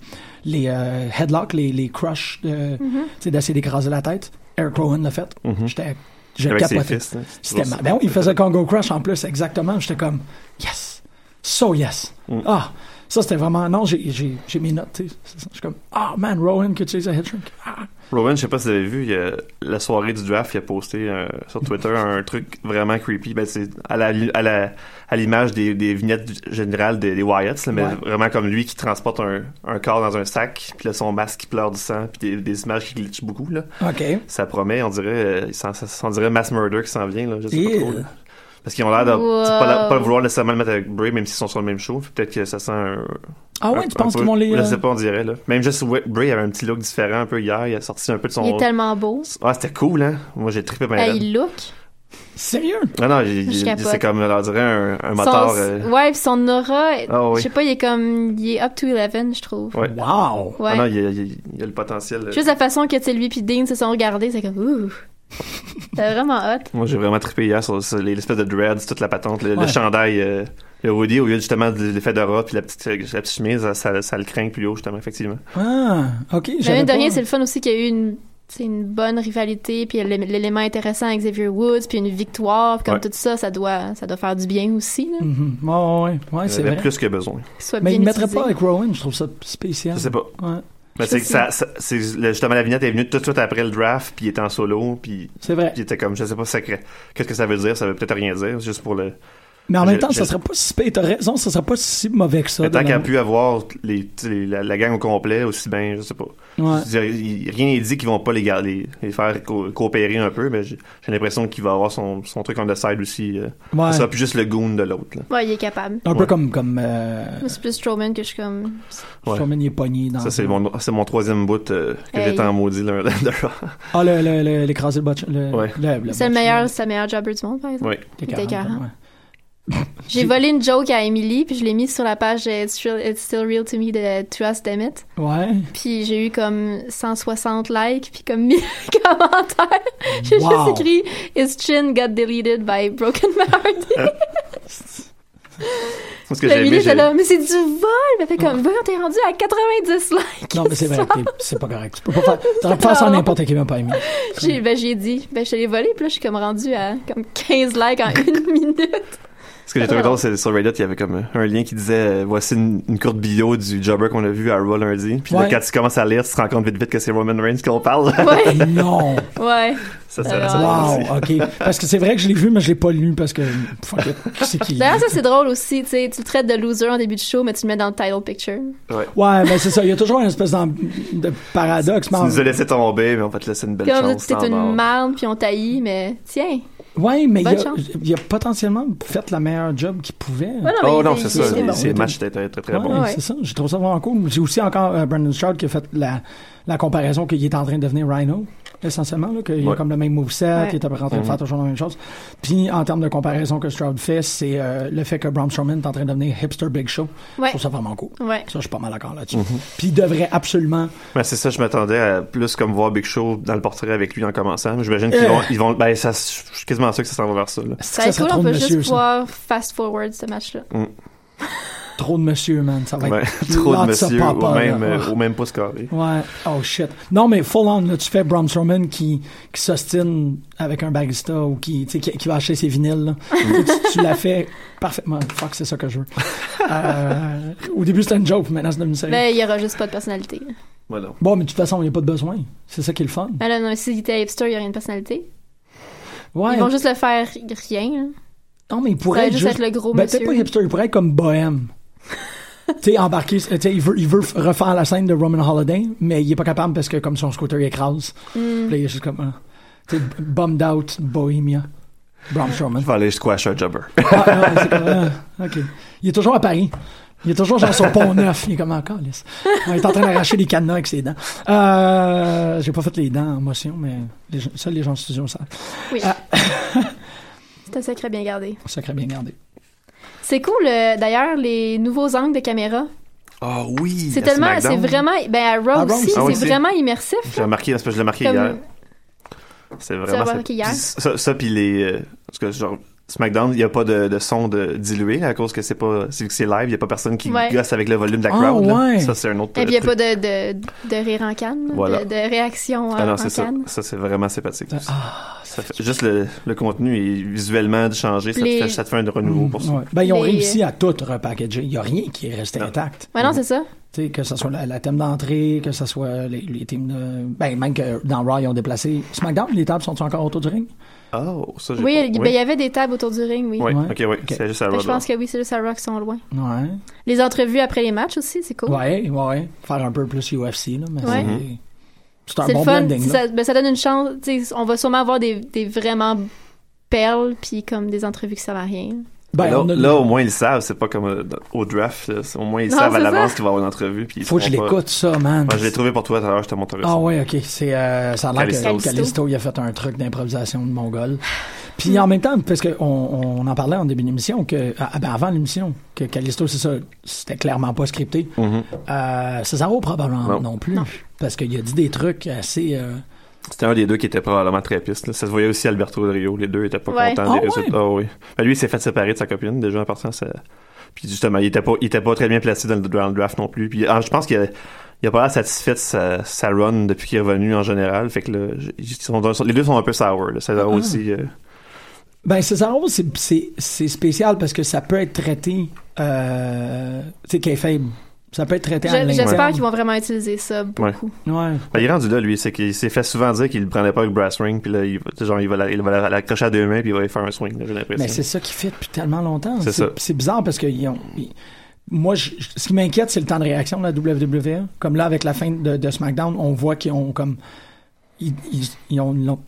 les euh, headlocks, les, les crushs,
Mm-hmm.
de- tu sais, d'essayer d'écraser la tête. Eric Rowan l'a fait. J'étais. Je
Mm-hmm. Avec ses
capotais.
fils, hein, c'est
C'était ma-
toujours ça.
ben oui, il faisait Congo Crush en plus, exactement. J'étais comme, yes, so yes.
Mm.
Ah, ça c'était vraiment. Non, j'ai- j'ai j'ai mes notes, tu sais. C'est ça. Je suis comme, ah man, Rowan qui utilise un head shrink. Ah.
Rowan, je sais pas si vous avez vu, il y a- la soirée du draft, il a posté euh, sur
[LAUGHS]
Twitter un truc vraiment creepy. Ben, c'est à la, à la- à l'image des, des vignettes du- générales des, des Wyatts, là, mais
Ouais.
vraiment comme lui qui transporte un, un corps dans un sac, puis là, son masque qui pleure du sang, puis des, des images qui glitchent beaucoup, là.
OK.
Ça promet, on dirait, euh, ça, ça- ça- on dirait Mass Murder qui s'en vient, là. Je sais
Ew.
pas trop, là. Parce qu'ils ont l'air de
Wow.
c'est pas, la- pas vouloir nécessairement le mettre avec Bray, même s'ils sont sur le même show. puis Peut-être que ça sent un,
Ah ouais,
un-
tu
un
penses
peu-
qu'ils vont les.
Je
euh,
sais pas, on dirait, là. Même juste Wa- Bray avait un petit look différent un peu hier. Il a sorti un peu de son.
Il est tellement beau.
Ah, c'était cool, hein? Moi, j'ai trippé ma
Ah, il look.
Sérieux?
Non, non, j'ai-
Je
j'ai-
capote.
c'est comme, on dirait, un, un
Son-
moteur. euh,
Ouais, puis son aura,
Ah oui.
je sais pas, il est comme. Il est up to 11, je trouve.
Ouais.
Wow!
Ouais.
Ah non, il y a, il y a- il y a le potentiel. euh. là.
Juste la façon que tu sais, lui puis Dean se sont regardés, c'est comme
[LAUGHS]
ouh. C'était vraiment hot.
Moi, j'ai vraiment trippé hier sur, sur les- l'espèce de dreads, toute la patente, le, le
Ouais.
chandail. euh, le hoodie, au lieu justement de l'effet de rat, puis la petite, la petite chemise, ça, ça, ça le craint plus haut, justement, effectivement.
Ah, OK.
Mais
j'avais
mine de
pas-
rien, c'est le fun aussi qu'il y a eu une, tu sais, une bonne rivalité, puis l'é- l'élément intéressant avec Xavier Woods, puis une victoire, puis comme tout
Ouais.
ça, ça doit, ça doit faire du bien aussi, là,
Mhm. Ouais, ouais, ouais,
Il y
c'est
avait
vrai.
plus que besoin.
qu'il soit
Mais
bien
ils ne mettraient
utilisé.
pas avec Rowan, je trouve ça spécial.
Je sais pas.
Ouais,
Mais
Je
c'est que
sais.
ça, ça- c'est le- justement la vignette est venue tout de suite après le draft, puis il était en solo, puis
c'est vrai.
puis il était comme je sais pas ça crée- qu'est-ce que ça veut dire, ça veut peut-être rien dire, juste pour le
Mais en
Je-
même temps,
je-
ça serait pas si pire. T'as raison, ça serait pas si mauvais que ça.
Mais
de
tant qu'il a
même.
pu avoir les, tu sais, les- la, la gang au complet, aussi bien, je sais pas.
Ouais.
Je veux dire, il- rien n'est dit qu'ils vont pas les, gar- les, les faire co- coopérer un peu, mais j'ai j'ai l'impression qu'il va avoir son, son truc on the side aussi. euh.
Ouais.
Ça sera plus juste le goon de l'autre. là.
Ouais, il est capable.
Un peu
Ouais.
comme. comme euh,
Moi, c'est plus Strowman que je suis comme.
Ouais.
Strowman, il est pogné dans.
Ça, c'est mon, c'est mon troisième bout euh, que
Hey.
j'étais en maudit là, de Raw.
Ah, le- le- le- l'écrasé de botch. le-
Ouais.
le- le
C'est le
botch-
meilleur, c'est le meilleur jobber du monde, par exemple.
Ouais.
T'es
T'es
carré,
carré.
ouais.
J'ai volé une joke à Emily, puis je l'ai mise sur la page euh, It's, Real- It's Still Real to Me de To Us Damn It.
Ouais.
Puis j'ai eu comme 160 likes, puis comme 1000 [LAUGHS] commentaires. J'ai
Wow.
juste écrit His chin got deleted by Broken [LAUGHS] Marty.
Moi, Ce que j'ai
Puis
aimé,
Emily,
j'ai- Oh.
j'étais là, mais c'est du vol! Mais fait comme, voyons, t'es rendu à 90 likes.
Non, mais c'est vrai, t'es- c'est pas correct. Tu peux pas faire. T'aurais pu faire ça à n'importe qui, même pas Amy.
J'ai, ben, j'ai dit, ben, je te l'ai volé, puis là, je suis comme rendu à comme 15 likes en une [LAUGHS]
[LAUGHS]
minute.
Ce que j'ai trouvé drôle, c'est sur Reddit, il y avait comme euh, un lien qui disait euh, Voici une, une courte bio du jobber qu'on a vu à Raw lundi. Puis là,
Ouais.
quand tu commences à lire, tu te rends compte vite vite que c'est Roman Reigns qu'on parle.
Ouais,
Non!
ouais.
ça,
Alors,
ça, ça,
Wow! OK. Parce que c'est vrai que je l'ai vu, mais je l'ai pas lu parce que. Fuck it. C'est qui?
D'ailleurs, ça, c'est drôle aussi, tu sais, tu le traites de loser en début de show, mais tu le mets dans le title picture.
Ouais, mais c'est ça. Il y a toujours une espèce d'en- de paradoxe. mais
Tu
en-
nous as laissé tomber, mais en fait, là, c'est une belle
Comme
chance.
si t'es
t'en
une
mort.
marde, puis on taillit, mais tiens.
Ouais, mais il
Bonne
a-
chance.
il a, potentiellement fait la meilleure job qu'il pouvait.
Ouais, mais
Oh
il-
non,
il-
c'est
il-
ça.
il-
les-
il-
Ces matchs étaient très, très, très
Ouais,
bons.
Ouais.
C'est ça. J'ai trouvé ça vraiment cool. J'ai aussi encore euh, Brandon Stroud qui a fait la, la comparaison qu'il est en train de devenir Rhino, essentiellement. Là, qu'il a
Ouais. Mhm.
comme le même moveset,
Ouais.
il est à peu près en train de faire toujours la même chose. Puis en termes de comparaison que Stroud fait, c'est euh, le fait que Braun Strowman est en train de devenir hipster Big Show. Je
Ouais,
trouve ça vraiment cool.
ouais.
Ça, je suis pas mal d'accord
Mhm.
là-dessus. Puis il devrait absolument.
Mais Ben, c'est ça, je m'attendais à plus comme voir Big Show dans le portrait avec lui en commençant. Mais J'imagine qu'ils
Euh.
vont, ils vont. Ben, ça, je suis quasiment sûr que ça s'en va vers ça. là.
Ça va être
serait
cool,
trop
on
de
peut
monsieur,
juste
ça.
pouvoir fast-forward ce match-là.
Trop de monsieur, man. Ça va
Ouais, [LAUGHS]
être
Trop
lots
de
of
monsieur
papa,
au
là.
même, euh,
Oh.
au même pouce carré.
Ouais. Oh shit. Non, mais full on, là, tu fais Braun Strowman qui, qui s'ostine avec un bagista ou qui, tu sais, qui, qui va acheter ses vinyles.
[LAUGHS]
là. tu, tu l'as fait parfaitement. Fuck, c'est ça que je veux. Euh, au début, c'était une joke, maintenant, c'est devenu sérieux.
Ben, il y aura juste pas de personnalité.
Ouais, non.
Bon, mais de toute façon, il n'y a pas de besoin. C'est ça qui est le fun.
Ben là, non, s'il était hipster, il y aurait une personnalité.
Ouais.
Ils vont juste le faire rien. hein.
Non, mais il
Ça
pourrait
va
être
juste
juste...
être le gros
Ben,
monsieur.
peut-être pas hipster, il pourrait être comme bohème. tu sais, embarqué, tu sais, il veut, il veut refaire la scène de Roman Holiday, mais il est pas capable parce que comme son scooter il écrase. Puis Là, il est juste comme, hein, tu sais, bummed out, bohemia. Bram
[LAUGHS]
Strowman.
Je vais aller squash un jobber.
Ah, ah, c'est comme, ah, ok. Il est toujours à Paris. Il est toujours genre sur Pont Neuf. Il est comme encore, lisse. Il est en train d'arracher des cadenas avec ses dents. Euh, j'ai pas fait les dents en motion, mais les, gens- ça, les gens en studio savent.
Oui.
Ah.
[LAUGHS] c'est un secret bien gardé.
Secret bien gardé.
C'est cool, euh, d'ailleurs, les nouveaux angles de caméra.
Ah oui!
C'est
à
tellement, c'est
SmackDown.
vraiment, ben à
À Raw
Raw aussi,
aussi.
Ah oui,
c'est
c'est-
vraiment immersif.
J'ai remarqué, parce que je l'ai marqué
Comme-
hier. C'est vraiment
l'as
ça.
remarqué hier?
Puis Ça, ça, puis les. euh, parce que, genre, SmackDown, il n'y a pas de, de son de dilué à cause que c'est pas. C'est vu que c'est live, il n'y a pas personne qui
Ouais.
gosse avec le volume de la
Ah,
crowd. là.
ouais.
Ça, c'est un autre. euh,
Et puis, il n'y a pas
truc.
de, de, de rire en canne,
Voilà.
de, de réaction euh,
Ah non,
en
c'est ça.
canne.
Ça, c'est vraiment sympathique.
Ah,
Ça fait- juste le, le contenu est visuellement changé, ça, te
Les-
fait, ça te fait un renouveau pour ça.
Ouais. Ben, ils ont
Les-
réussi à tout repackager. Il n'y a rien qui est resté intact.
Ouais,
Mm-hmm.
non, c'est ça.
Tu sais, que ce soit la, la thème d'entrée, que ce soit les, les teams de. Ben, même que dans Raw, ils ont déplacé. SmackDown, les tables sont encore autour du ring?
Oh, ça, j'ai
Oui,
pas-
il ben, il y avait des tables autour du ring, oui.
Oui,
Ouais.
ok, oui.
Ok.
C'est juste à
Fait que
Raw.
je pense que oui, c'est juste à Raw qui sont loin.
Ouais.
Les entrevues après les matchs aussi, c'est cool.
Ouais, ouais. Faire un peu plus UFC, là. Mais
Oh. Ouais.
c'est, c'est un
C'est
bon
le fun.
blending, là.
ça, ben, ça donne une chance. tu sais, On va sûrement avoir des, des vraiment perles, puis comme des entrevues qui servent à rien.
Ben,
là,
on a-
là, au moins, ils le savent. C'est pas comme euh, dans- au draft. là. Au moins, ils
Non,
savent à
c'est ça.
l'avance qu'il va y avoir une entrevue. puis ils
faut que je
seront pas-
l'écoute, ça, man.
Ouais, je l'ai trouvé pour toi tout à l'heure, je te montrerai
Ah
ça.
ouais, ok. C'est euh, ça a l'air
Callisto.
que Calisto il a fait un truc d'improvisation de mongol. Puis en même temps, parce qu'on on en parlait en début d'émission, que ah, ben, avant l'émission, que Calisto, c'est ça, c'était clairement pas scripté.
Mm-hmm.
Euh, Cesaro probablement non,
Non.
plus, parce qu'il a dit des trucs assez. euh,
C'était un des deux qui était probablement très piste. là. Ça se voyait aussi Alberto Del Rio. Les deux étaient pas
Ouais.
contents
Ah
des
ouais?
résultats. Ah oui. Ben, lui, il s'est fait séparer de sa copine déjà en partant. Ça... Puis justement, il était pas, il était pas très bien placé dans le, dans le draft non plus. Puis ah, je pense qu'il a, il a pas l'air satisfait de sa, sa run depuis qu'il est revenu en général. Fait que là, j- ils sont- les deux sont un peu sour. Là. Ça
Ah.
leur aussi. euh,
Ben Cesaro, c'est- c'est c'est spécial parce que ça peut être traité, euh, tu sais, kayfabe. Ça peut être traité à
Je-
l'interne.
J'espère qu'ils vont vraiment utiliser ça beaucoup.
Ouais.
Ben, il est rendu là, lui. C'est qu'il s'est fait souvent dire qu'il le prenait pas avec brass ring, puis là, il, va- genre, il va la- il va la- l'accrocher à deux mains, puis il va y faire un swing, là, j'ai l'impression.
Mais c'est ça qui fait depuis tellement longtemps.
C'est
C'est-
ça.
C'est bizarre parce que ils ont- ils- moi, je- je- ce qui m'inquiète, c'est le temps de réaction de la WWE. Comme là, avec la fin de, de SmackDown, on voit qu'ils ont comme. Ils, ils, ils ont, ils l'ont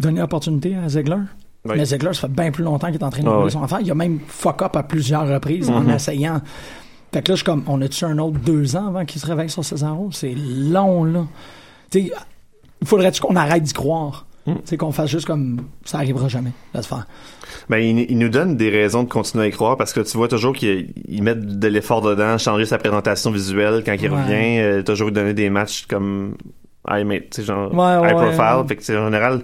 donné l'opportunité à Ziggler.
Oui.
Mais Ziggler, ça fait bien plus longtemps qu'il est en train de
Ah
rouler
oui. Mhm.
son enfant. Il a même fuck up à plusieurs reprises en essayant. Fait que là, je suis comme, on a-tu un autre deux ans avant qu'il se réveille sur ses euros? C'est long, là. Tu sais, faudrait-tu qu'on arrête d'y croire?
Mm.
Tu sais, qu'on fasse juste comme, ça arrivera jamais, de se faire.
Ben, il, il nous donne des raisons de continuer à y croire parce que tu vois toujours qu'ils ils mettent de l'effort dedans, changer sa présentation visuelle quand il
Ouais.
revient, euh, toujours donner des matchs comme high, ma- tu sais, genre,
Ouais,
high
ouais,
profile.
ouais.
Fait que, tu sais, en général,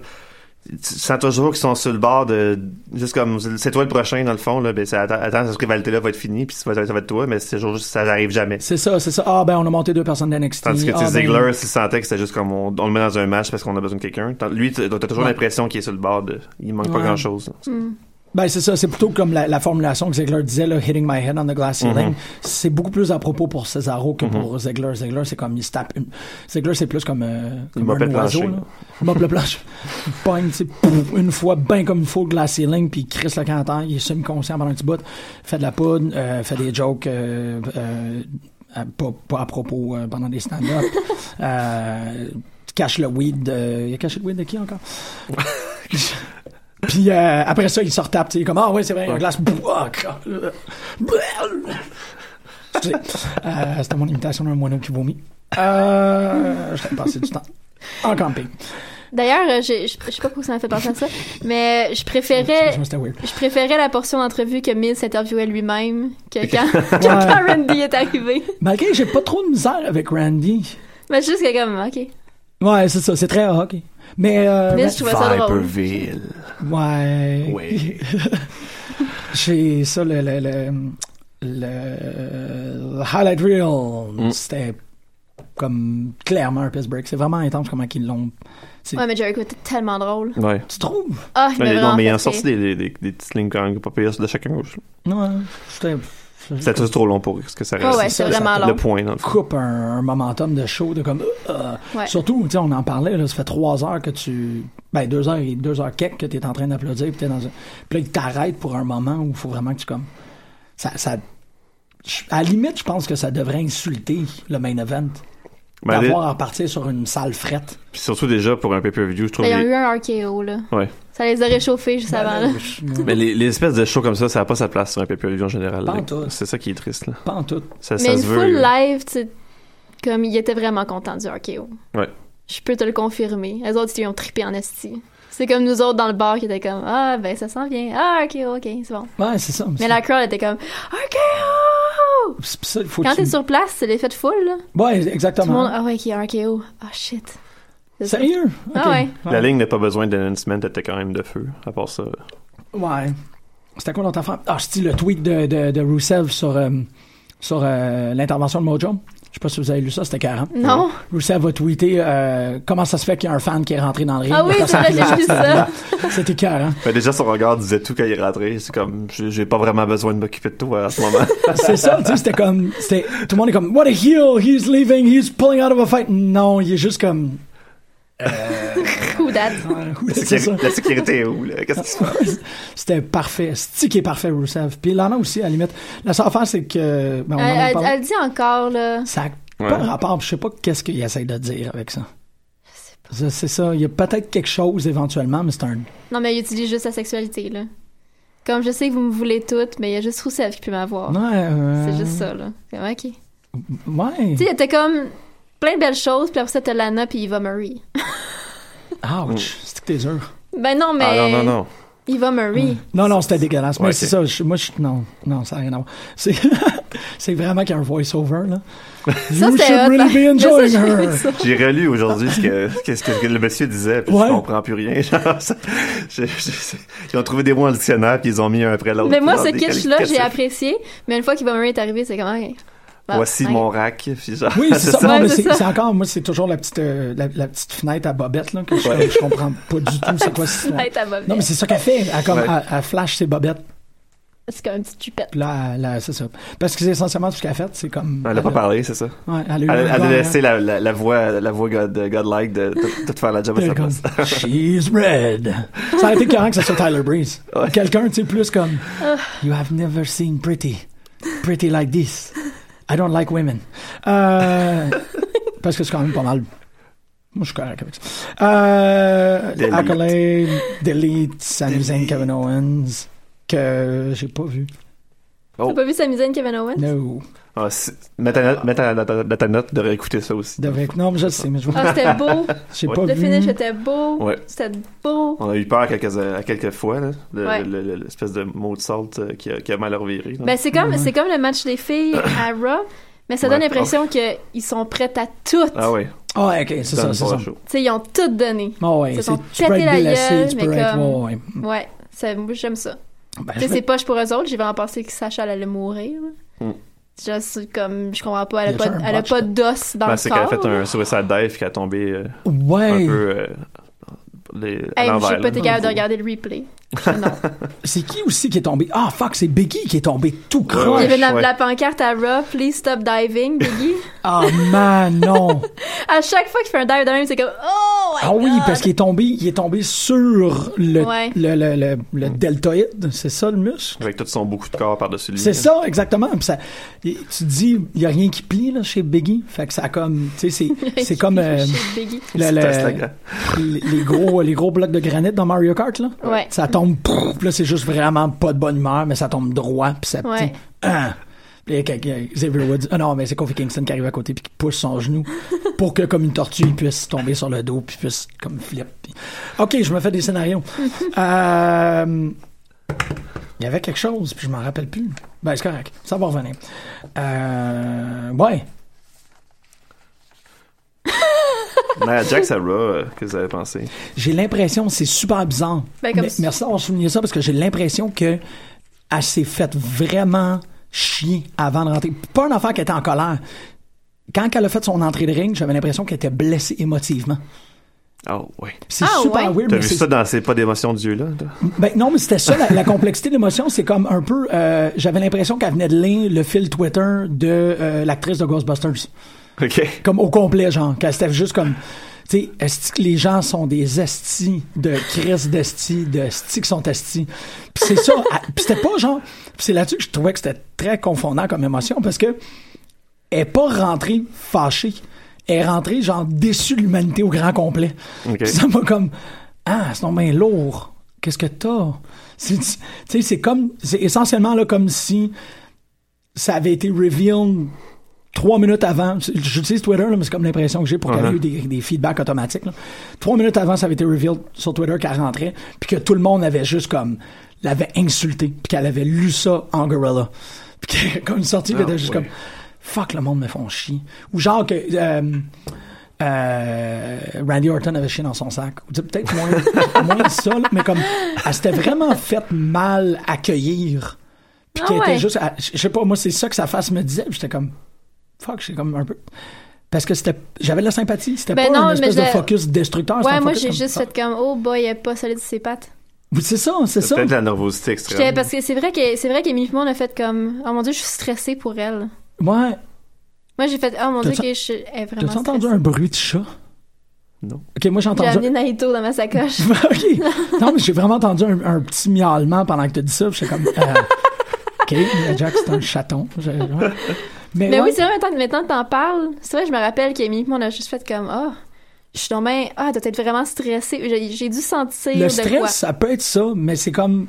tu sens toujours qu'ils sont sur le bord de. Juste comme c'est toi le prochain, dans le fond, là, ben, c'est, attends, attends, cette rivalité-là va être finie, puis ça va, ça va être toi, mais c'est toujours, ça n'arrive jamais.
C'est ça, c'est ça. Ah, ben, on a monté deux personnes d'NXT.
Tandis que tu
ah,
sais,
ben,
Ziggler, s'il sentait que c'était juste comme on, on le met dans un match parce qu'on a besoin de quelqu'un, Tant- lui, t'as t'as toujours
Ouais.
l'impression qu'il est sur le bord de. Il manque pas
Ouais.
grand-chose.
ben, c'est ça, c'est plutôt comme la, la formulation que Ziggler disait, là, hitting my head on the glass ceiling.
Mm-hmm.
C'est beaucoup plus à propos pour Cesaro que pour Ziggler. Ziggler, c'est comme il se tape. une- Ziggler, c'est plus comme, euh, comme
mopette
un oiseau,
plancher.
là. Il mop le
[LAUGHS]
planche. Il pogne, tu sais, pouf, une fois, ben comme il faut, le glass ceiling, puis il crisse le camp en terre, il est semi-conscient pendant un petit bout, fait de la poudre, euh, fait des jokes, euh, euh, à- pas, pas à propos euh, pendant des
[LAUGHS]
stand-up. euh, cache le weed, euh, il a caché le weed de qui encore? Puis euh, après ça, il se retape. tu sais, comme Ah ouais, c'est vrai, la glace. Bouh, ah, cra- euh, bleh. Excusez. Euh, C'était mon imitation d'un moineau qui vomit. Euh, je t'ai passé du temps. En camping.
D'ailleurs, euh, j'ai- je je sais pas pourquoi ça m'a fait penser à ça, mais euh, je préférais.
Excuse-moi, C'était weird.
Je préférais la portion d'entrevue que Miz s'interviewait lui-même que quand,
[LAUGHS]
que quand Randy est arrivé.
Malgré que j'ai pas trop de misère avec Randy.
Mais juste que comme, ok.
Ouais, c'est ça, c'est très hockey. Mais. Euh,
Miz, je trouvais ça drôle.
Viperville.
Ouais.
Ouais.
[LAUGHS] J'ai ça, le, le, le, le- le highlight reel. C'était comme clairement un piss break. C'est vraiment intense comment ils l'ont. c'est-
Ouais, mais Jericho était tellement drôle.
Ouais.
Tu trouves?
Ah, il m'a
Mais non,
vraiment
mais il en
fait
sorti
rire.
des, des, des, des petites lignes quand même pas pires de chacun.
Ouais. C'était.
C'était juste trop long pour ce que ça reste.
Ouais, ouais, c'est
ça, ça
vraiment
le
long.
point, dans le fond.
coupe un, un momentum de show de comme euh,
Ouais.
surtout tu sais on en parlait là ça fait trois heures que tu ben deux heures et deux heures quelques que t'es en train d'applaudir puis t'es dans un puis là ils t'arrêtent pour un moment où il faut vraiment que tu comme ça, ça je- à la limite je pense que ça devrait insulter le main event
Ben, les-
d'avoir à repartir sur une salle
[LAUGHS]
frette
puis surtout déjà pour un pay-per-view, je trouve.
Mais ils ont
les-
eu un RKO, là.
Ouais.
Ça les a réchauffés juste avant, là.
Mais les, les espèces de shows comme ça, ça n'a pas sa place sur un pay-per-view en général. là.
Pas en tout.
C'est ça qui est triste. Là.
pas en tout
Ça, ça
Mais une
se veut.
full live, tu sais, comme il était vraiment content du RKO.
Ouais.
Je peux te le confirmer. Les autres, ils ont trippé en esti. C'est comme nous autres dans le bar qui étaient comme Ah, ben ça s'en vient. Ah, RKO, ok, c'est bon.
ouais c'est ça
Mais la crowd était comme RKO!
c'est- c'est ça, il faut
Quand
que
t'es
tu-
sur place, c'est l'effet de foule, là.
ouais
Tout le monde,
exactement
ah ouais, qui est RKO. Ah shit. C'est ça.
sérieux
Ah
Ok.
ouais.
La ligne n'a pas besoin d'annoncement, était quand même de feu, à part ça.
Ouais. C'était quoi notre affaire? Ah, c'est le tweet de, de, de Rousseff sur, euh, sur euh, l'intervention de Mojo. Je sais pas si vous avez lu ça, c'était carrément.
Non.
Rousseff a tweeté euh, comment ça se fait qu'il y a un fan qui est rentré dans le ring.
Ah oui, c'est vrai, j'ai
[LAUGHS]
vu ça.
C'était hein? carrément.
Mais Ben, déjà, son regard disait tout quand il est rentré. C'est comme, j'ai j'ai pas vraiment besoin de m'occuper de toi à ce
[LAUGHS]
moment.
C'est ça, tu sais, c'était comme. c'était- Tout le monde est comme What a heel! He's leaving! He's pulling out of a fight! Non, il est juste comme.
Coup date.
euh, oui, c'est ça.
la sécurité est où, là? Qu'est-ce qui se passe?
C'était parfait. Stick est parfait, Rousseff. Puis Lana aussi, à la limite. La seule affaire, c'est que. ben, on en a
Elle, elle-
parlé.
elle dit encore, là.
Ça n'a
Ouais.
pas de rapport. puis Je sais pas qu'est-ce qu'il essaie de dire avec ça. Ça, C'est ça. Il y a peut-être quelque chose éventuellement, mais c'est un.
Non, mais il utilise juste sa sexualité, là. Comme je sais que vous me voulez toutes, mais il y a juste Rousseff qui peut m'avoir.
Ouais. euh,
C'est juste ça, là. Comme, ok. Tu
Ouais.
sais, il était comme plein de belles choses, puis après ça, t'as Lana, puis Eva Murray.
Mm.
Ouch. C'est que t'es dur.
Ben non, mais.
Ah non, non, non.
Eva Murray.
Non, non, c'était dégueulasse. Mais
Ouais,
c'est ça.
ok.
je- moi, je. Non, non, ça n'a rien à voir. C'est, [LAUGHS] c'est vraiment qu'il y a un voice-over, là.
[LAUGHS] Ça,
you
c'était
should
hot,
really
par-
be
Mais ça,
enjoying
j'ai
her.
vu ça.
J'ai relu aujourd'hui ce que, ce que, ce que le monsieur disait, puis
Ouais.
je comprends plus rien. [LAUGHS] Genre, ça- je- je- ils ont trouvé des mots dans le dictionnaire, puis ils ont mis un après l'autre.
Mais moi,
Genre,
ce
des-
kitsch-là,
qu'est-ce
j'ai
que-
apprécié, mais une fois qu'Eva Murray est arrivée, c'est comme. ok. Bon, ben,
Voici
ok. [LAUGHS]
mon rack. Puis genre,
Oui,
[LAUGHS]
c'est ça.
ça.
Non,
Ouais,
mais
c'est
c'est,
ça.
c'est encore, moi, c'est toujours la petite, euh, la, la petite fenêtre à bobette, là, que je, je comprends pas du tout c'est quoi cette
[LAUGHS] Hey, ta bobette.
Non, mais c'est ça qu'elle fait. Elle, comme,
Ouais.
elle- elle flash ses bobettes.
C'est comme une petite chupette.
Là, là c'est ça. Parce que c'est essentiellement ce qu'elle a fait, c'est comme.
Elle a pas parlé, c'est ça.
Ouais, elle a eu
Elle,
le
elle a
gars,
laissé la, la, la voix, la voix God, godlike de tout- tout faire la job à
là,
sa
comme,
place.
euh, She's red. Ça a été carrément que ce soit Tyler Breeze.
Ouais.
Quelqu'un, tu sais, plus comme. You have never seen pretty. Pretty like this. I don't like women. Euh, parce que c'est quand même pas mal. Moi, je suis correct avec ça. Euh,
Delete.
Accolade, Delete, Sami Zayn, Kevin Owens, que j'ai pas vu.
Oh.
T'as pas vu s'amuser Kevin Owens?
No.
Ah, si- mets ta note- mets ta- dans ta dans ta note de réécouter ça aussi.
Devrait- Non, mais je le sais, mais je
Ah,
[LAUGHS]
c'était beau.
j'ai
Ouais.
pas
Le
vu.
finish était beau.
Ouais.
C'était beau.
On a eu peur à quelques, à quelques fois, là, le-
Ouais.
le- le- l'espèce de mot de salt euh, qui, a, qui a mal reviré. là.
Ben, c'est comme,
Ouais.
c'est comme le match des filles à Raw, mais ça
Ouais.
donne l'impression qu'ils sont prêts à tout.
ah oui,
Ah, ok, c'est ça, c'est ça.
Tu sais, ils ont tout donné.
Ah ouais,
Ils se
c'est-
sont
tu peux
pété
être
la
blessé,
gueule,
tu
mais
peux être.
comme-
ouais, ouais.
Ouais. Ça, moi, j'aime ça.
Ben, Mm.
Tu
je
sais,
vais-
c'est poche pour eux autres. J'ai vraiment pensé que Sacha elle allait mourir.
Mm.
Genre, c'est comme, je comprends pas.
Il
Elle a
y a
pas,
ça, un
elle a
botch,
pas
là.
d'os dans
Ben,
le
c'est qu'elle a
corps.
fait un suicide dive qui a tombé euh, un
Ouais.
peu euh, les- à
Hey,
l'envers.
j'ai pas
là.
été capable de regarder le replay.
C'est qui aussi qui est tombé? Ah, fuck, c'est Becky qui est tombée tout croche.
Ouais,
Il y avait la,
ouais.
la pancarte à Raw, Please stop diving, Biggie.
Ah, man, non.
à chaque fois qu'il fait un dive de même, c'est comme Oh! my
Ah oui,
God!
parce qu'il est tombé, il est tombé sur le,
Ouais.
le, le, le, le
Mm.
deltoïde. C'est ça, le muscle?
Avec tout son beaucoup de corps par-dessus lui.
C'est ça, exactement. Puis ça, y- tu te dis, il y a rien qui plie, là, chez Biggie. Fait que ça a comme, tu sais, c'est,
[LAUGHS]
c'est comme, euh,
Chez Biggie.
le- le-
Teste la gra-
les, les gros, les gros blocs de granit dans Mario Kart, là.
Ouais.
Ça tombe, pouf, là, c'est juste vraiment pas de bonne humeur, mais ça tombe droit, puis ça,
Ouais.
tu sais, ah. Puis là, quelqu'un- Xavier Woods, ah non, mais c'est Kofi Kingston qui arrive à côté puis qui pousse son genou pour que, comme une tortue, il puisse tomber sur le dos puis puisse, comme, flip. Puis- OK, je me fais des
[LAUGHS]
scénarios. Euh, Il y avait quelque chose, puis je m'en rappelle plus. Ben, c'est correct. Ça va revenir. Euh, ouais.
Nia Jax à Raw, euh, qu'est-ce que vous avez pensé?
J'ai l'impression, c'est super bizarre.
Ben, comme
Mais-
si-
Merci d'avoir souligné ça parce que j'ai l'impression que elle s'est faite vraiment chier avant de rentrer. Pas une affaire qui était en colère. Quand elle a fait son entrée de ring, j'avais l'impression qu'elle était blessée émotivement.
Oh, ouais.
C'est
Ah,
super
ouais?
weird.
T'as
mais
vu
c'est-
ça dans C'est pas d'émotion de Dieu, là? toi?
ben non, mais c'était ça, la, la complexité de l'émotion, c'est comme un peu... euh, J'avais l'impression qu'elle venait de lire le fil Twitter de euh, l'actrice de Ghostbusters.
OK.
Comme au complet, genre. Qu'elle c'était juste comme... Tu sais, est-ce que les gens sont des estis de Chris d'esti, de sti qui sont estis? Puis c'est ça. à- Puis c'était pas genre... Puis c'est là-dessus que je trouvais que c'était très confondant comme émotion, parce que elle est pas rentrée fâchée. Elle est rentrée, genre, déçue de l'humanité au grand complet.
Ok.
Puis Ça m'a comme... Ah, c'est donc bien lourd. Qu'est-ce que t'as? C'est- Tu sais, c'est comme... C'est essentiellement là, comme si ça avait été revealed trois minutes avant. J'utilise Twitter, là, mais c'est comme l'impression que j'ai pour qu'il y ait
Uh-huh.
eu des, des feedbacks automatiques. là. Trois minutes avant, ça avait été revealed sur Twitter qu'elle rentrait, puis que tout le monde avait juste comme... l'avait insulté, puis qu'elle avait lu ça en gorilla. Puis qu'elle [LAUGHS] comme sortie, puis elle était juste
Ah, ouais.
comme... Fuck, le monde me font chier. Ou genre que... euh, euh, Randy Orton avait chié dans son sac. Ou tu sais, peut-être moins, [LAUGHS] moins ça, là, mais comme elle s'était vraiment faite mal accueillir. Puis
Ah
qu'elle était
ouais.
juste. à- je sais pas, moi, c'est ça que sa face me disait. puis J'étais comme. Fuck, j'étais comme un peu. Parce que c'était, j'avais de la sympathie. C'était
Ben
pas
non,
un espèce
mais
de
je-
focus destructeur. c'était
Ouais,
un
moi
focus
j'ai
comme-
juste fait comme Oh boy, elle est pas solide sur ses pattes.
Oui, C'est ça, c'est
C'est
ça.
peut-être la
J'étais-
nervosité extrême.
Parce que c'est vrai que c'est vrai qu'Émilie Pimon a fait comme Oh mon dieu, je suis stressée pour elle.
Ouais.
Moi j'ai fait Oh mon dieu,
T'as-tu-
que je suis elle est vraiment
T'as-tu entendu
stressée.
un bruit de chat?
Non.
Ok, moi j'ai
J'ai
entendu.
amené Naito dans ma sacoche.
[LAUGHS] ok. Non, mais j'ai vraiment entendu un, un petit miaulement pendant que tu as dit ça. puis J'étais comme. euh, [LAUGHS] ok, Jack, c'est un chaton. Je- ouais. [LAUGHS] Mais,
Mais
ouais.
oui, c'est vrai, maintenant, que- maintenant que t'en parles, c'est vrai, je me rappelle qu'Émilie Pimon a juste fait comme Oh, je suis tombée, ah, t'as peut-être vraiment stressée. J'ai- J'ai dû sentir
le
de
stress,
quoi.
ça peut être ça, mais c'est comme.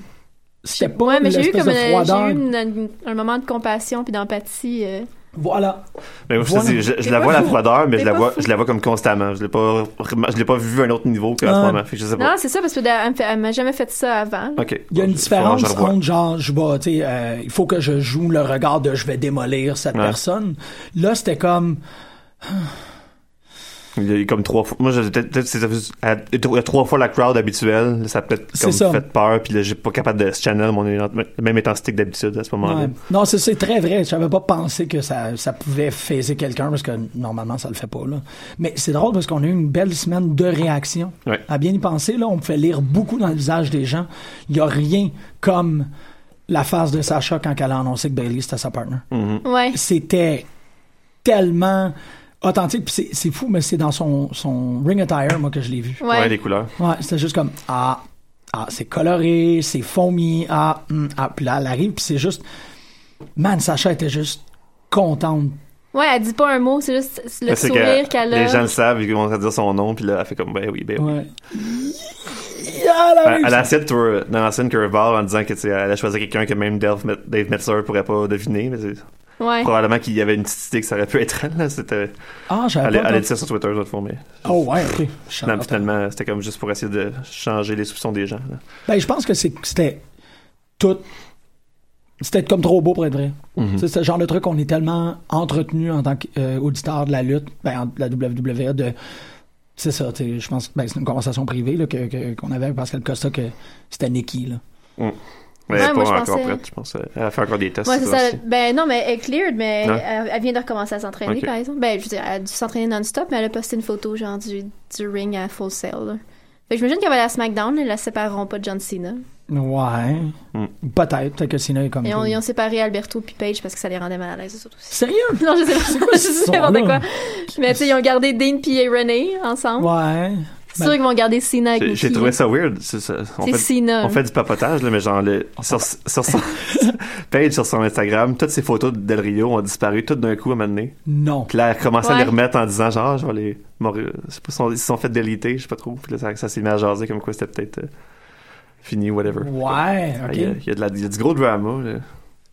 C'était pas
Ouais, mais j'ai eu
l'espèce
comme
de
une-
froideur.
j'ai eu une- une- un moment de compassion puis d'empathie. euh.
Voilà.
Mais moi, je, te
Voilà.
dis, je, je
T'es
la
pas
vois la
fou.
froideur, mais
T'es
je la,
pas
vois,
fou.
je la vois comme constamment. Je l'ai pas, rem- je l'ai pas vu à un autre niveau qu'à
Ah.
ce moment. Fait que je sais
Non,
pas.
c'est ça, parce que elle me fait- elle m'a jamais fait ça avant.
Ok.
Il y a une
Faut- faut
différence
que je revoie.
entre genre, je vais, tu sais, euh, il faut que je joue le regard de je vais démolir cette
Ouais.
personne. Là, c'était comme.
Il y a eu comme trois fois. Moi, je- peut-être peut-être c'est- à- il y a trois fois la crowd habituelle. Ça a peut-être
C'est
comme
ça.
fait peur. Puis là, j'ai pas capable de channel mon élan- même intensité que d'habitude à ce moment-là.
ouais. Non, c'est- c'est très vrai. J'avais pas pensé que ça, ça pouvait faiser quelqu'un parce que normalement, ça le fait pas. Là. Mais c'est drôle parce qu'on a eu une belle semaine de réaction.
Ouais.
À bien y penser, là, on me fait lire beaucoup dans le visage des gens. Il y a rien comme la face de Sasha quand elle a annoncé que Bailey c'était sa partner.
Ouais.
C'était tellement authentique. Puis c'est- c'est fou, mais c'est dans son, son ring attire, moi, que je l'ai vu.
Ouais.
les couleurs.
Ouais, c'était juste comme ah ah c'est coloré, c'est fourmi, ah hum, ah puis là elle arrive puis c'est juste man Sacha était juste contente.
Ouais, elle dit pas un mot, c'est juste le
Mais c'est
sourire
que
qu'elle a.
Les gens le savent, ils vont dire son nom, puis là, elle fait comme, ben oui, ben oui.
Ouais. Ah, elle
Ben,
arrive.
Elle a essayé de tour- dans la scène Curveball en disant que, tu sais, elle a choisi quelqu'un que même Dave, Met- Dave Metzler pourrait pas deviner. Mais c'est-
Ouais.
Probablement qu'il y avait une petite idée que ça aurait pu être elle. Là. C'était,
ah j'avais
elle,
pas
elle a dit
entendu-
ça sur Twitter, je fois, mais
Oh ouais, ok. Je
non, finalement, c'était comme juste pour essayer de changer les soupçons des gens. là.
Ben, je pense que c'est- c'était tout. C'était comme trop beau pour être vrai. Tu sais, C'est le genre de truc qu'on est tellement entretenu en tant qu'auditeur de la lutte, ben, en- de la WWE, de. C'est ça, tu sais, je pense que ben, c'est une conversation privée là, que- que- qu'on avait avec Pascal Costa que c'était Nicky. Là.
Mais
Ouais,
elle est pas
moi, je
encore
pensais-
prête, je pense. euh, Elle a fait encore des tests.
Ouais, c'est
ça
ça.
aussi.
Ben non, mais elle est cleared, mais
Ouais.
elle, elle vient de recommencer à s'entraîner,
Ok.
par exemple. Ben, je veux dire, elle a dû s'entraîner non-stop, mais elle a posté une photo, genre, du, du ring à full sale. là. Fait que j'imagine qu'elle va aller à SmackDown, ils la sépareront pas de John Cena.
Ah, Ouais. Peut-être, peut-être que Cena est comme.
Et on, ils ont séparé Alberto puis Paige parce que ça les rendait mal à l'aise, surtout.
Sérieux?
[LAUGHS] Non, je sais pas.
quoi
je
ce
sais
son-là?
n'importe quoi. Mais tu sais, ils ont gardé Dean puis Renee ensemble.
Ouais. ben,
C'est sûr qu'ils vont garder Cena avec
J'ai-
Nikki.
J'ai trouvé ça weird. C'est ça. On
C'est euh,
fait-
Cena.
On fait du papotage, là, mais genre, le, sur,
[LAUGHS]
sur son page, sur son Instagram, toutes ses photos de Del Rio ont disparu toutes d'un coup à un moment donné.
Non.
Puis là, elle commençait à
Ouais.
les remettre en disant, genre, Ah, je vais les. mourir. Je sais pas, ils sont- ils se sont fait déliter, je sais pas trop. Puis là, ça, ça s'est mis à jaser comme quoi c'était peut-être euh, fini, whatever. Ah,
Ouais, ok.
Il y a, il y a de la- il y a du gros drama. là.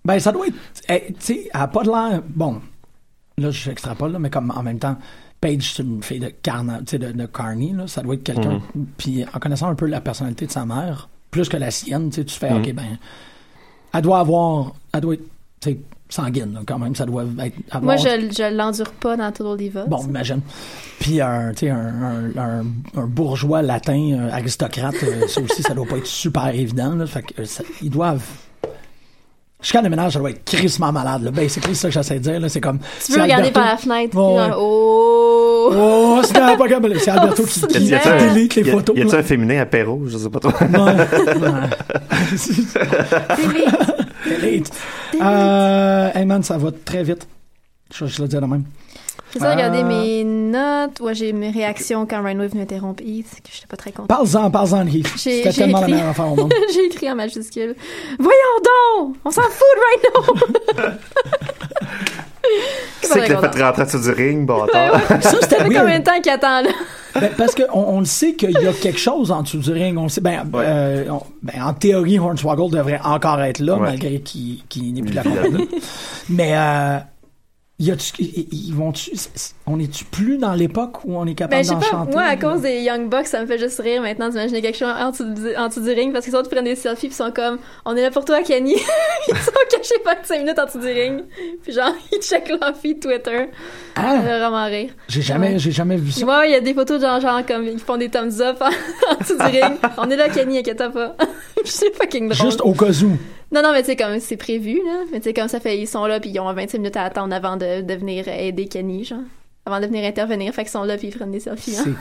Ben, ça doit être. eh, tu sais, elle a pas de l'air. Bon, là, je extrapole, là, mais comme en même temps, Paige, c'est une fille de, carna, tu sais, de, de Carney, là, ça doit être quelqu'un. Puis en connaissant un peu la personnalité de sa mère, plus que la sienne, tu sais, tu fais, OK, ben, elle doit avoir. Elle doit être, tu sais, sanguine, là, quand même. Ça doit être. Avoir,
Moi, je, je l'endure pas dans Total Divas.
Bon, ben, imagine. Puis un, tu sais, un, un, un, un bourgeois latin, euh, aristocrate, euh, ça aussi, ça doit pas être super évident. Là, fait que, euh, ça- ils doivent. Jusqu'à le ménage, ça doit être crissement malade. Là. Basically, c'est ça que j'essaie de dire. Là, c'est comme.
tu peux regarder par la fenêtre. puis genre, Oh!
Oh,
[LAUGHS]
c'est un pas capable. C'est Alberto qui, qui,
Y a-t-il
qui
un-
délite les
y a-
photos.
Y a-t-il
là.
un féminin à Perrault Je sais pas trop. [LAUGHS]
[LAUGHS] Ouais.
[LAUGHS]
Délite. Euh, hey man, ça va très vite. Je vais juste le dire de même.
J'ai ça regardé
Ah.
mes notes. Ouais, j'ai mes réactions quand Ryan Wave m'interrompt Heath, que j'étais pas très contente.
Parle-en, parle-en, Heath.
J'ai-
C'était
j'ai
tellement la
écrit-
meilleure affaire au
[LAUGHS]
monde.
j'ai écrit en majuscule. Voyons donc! On s'en fout de Rhino!
[LAUGHS]
[LAUGHS]
Qui c'est que t'as fait rentrer sur du ring, bon, attends.
Ça, c'était
Ça fait
weird.
combien de temps qu'il attend, là?
Ben, parce qu'on on le sait qu'il y a quelque chose en dessous du ring. On le sait. Ben, euh, on- ben, en théorie, Hornswoggle devrait encore être là,
Ouais.
malgré qu'il qu'il n'est plus de la
Il est là-dedans.
compagnie. Mais euh, y a-tu- y- y- ils vont-tu- c'est- on est-tu plus dans l'époque où on est
Ben,
capable
je sais
d'en
pas.
chanter?
Moi,
là?
à cause des Young Bucks, ça me fait juste rire maintenant d'imaginer quelque chose en dessous, du- en dessous du ring parce que les autres prennent des selfies puis sont comme On est là pour toi, Kenny. [LAUGHS] ils sont cachés 25 minutes en dessous du ring. Puis genre, [LAUGHS] ils checkent leur feed Twitter. Ça
Hein?
fait vraiment rire.
J'ai jamais,
euh, Ouais.
j'ai jamais vu
Puis
ça.
moi, il y a des photos de genre, genre comme ils font des thumbs up [LAUGHS] en, en dessous du ring. On est là, Kenny, inquiète-toi pas. [LAUGHS] Puis c'est fucking drôle.
Juste au cas où.
Non, non, mais tu sais, comme c'est prévu, là. Mais tu sais, comme ça fait, ils sont là, puis ils ont 25 minutes à attendre avant de, de venir aider Kenny, genre. Avant de venir intervenir. Fait qu'ils sont là, [LAUGHS] puis ils prennent des selfies hein,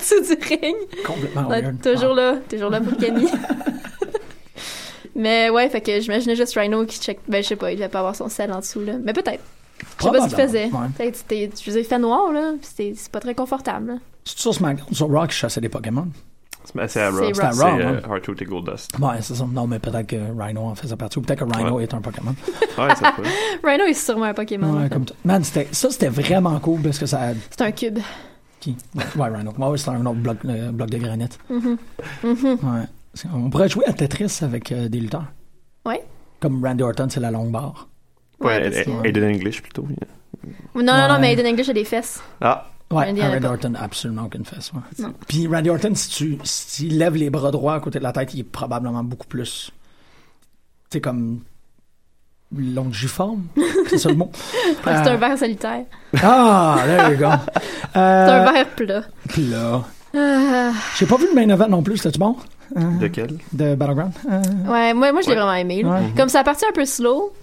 C'est
[LAUGHS] en dessous du ring.
complètement
Ouais,
Ah, weird.
toujours là, toujours là pour
[LAUGHS]
Kenny. mais ouais, fait que j'imaginais juste Rhino qui check. Ben, je sais pas, il devait pas avoir son sel en dessous, là. Mais peut-être. Je sais pas ce qu'il faisait.
Probablement, ouais.
Peut-être c'était, je veux dire, il fait noir, là, puis c'était- c'est pas très confortable, là.
C'est sur SmackDown, sur Rock, je chassais des Pokémon.
C'est- C'est à Raw.
C'est
C'est
Raw.
C'est à Raw,
euh,
hein.
Hard-Truth et Goldust.
Ouais, c'est ça. Non, mais peut-être que Rhino en faisait partie, ou peut-être que Rhino
Ouais.
est un Pokémon.
Ouais, c'est cool.
Rhino est sûrement un Pokémon.
Ouais,
là.
comme t- Man, c'était- ça, c'était vraiment cool parce que ça
C'est un cube.
Qui? Ouais, Rhino. Ouais, ouais, c'est un autre bloc, euh, bloc de granit.
Mhm. Hmm.
Ouais. C'est- On pourrait jouer à Tetris avec euh, des lutteurs.
Ouais.
Comme Randy Orton, c'est la longue barre.
Ouais,
parce
Aiden
que-
Aiden English plutôt.
Non, non, non,
Ouais.
mais Aiden English a des fesses.
Ah,
Ouais,
Randy
à
en a
Randy
pas.
Orton, absolument aucune fesse. ouais.
Non.
Puis Randy Orton, si tu s'il lève les bras droits à côté de la tête, il est probablement beaucoup plus. Tu sais, comme.
[LAUGHS]
longiforme. C'est ça le mot.
C'est
Euh,
un verre solitaire.
Ah, there you go.
C'est
Euh,
un verre plat. Ah.
puis là. J'ai pas vu le main event non plus, c'était-tu bon?
lequel
De Battleground? Euh,
Ouais, moi, moi je l'ai
Ouais.
vraiment aimé. là.
Ouais.
Comme ça a parti un peu slow.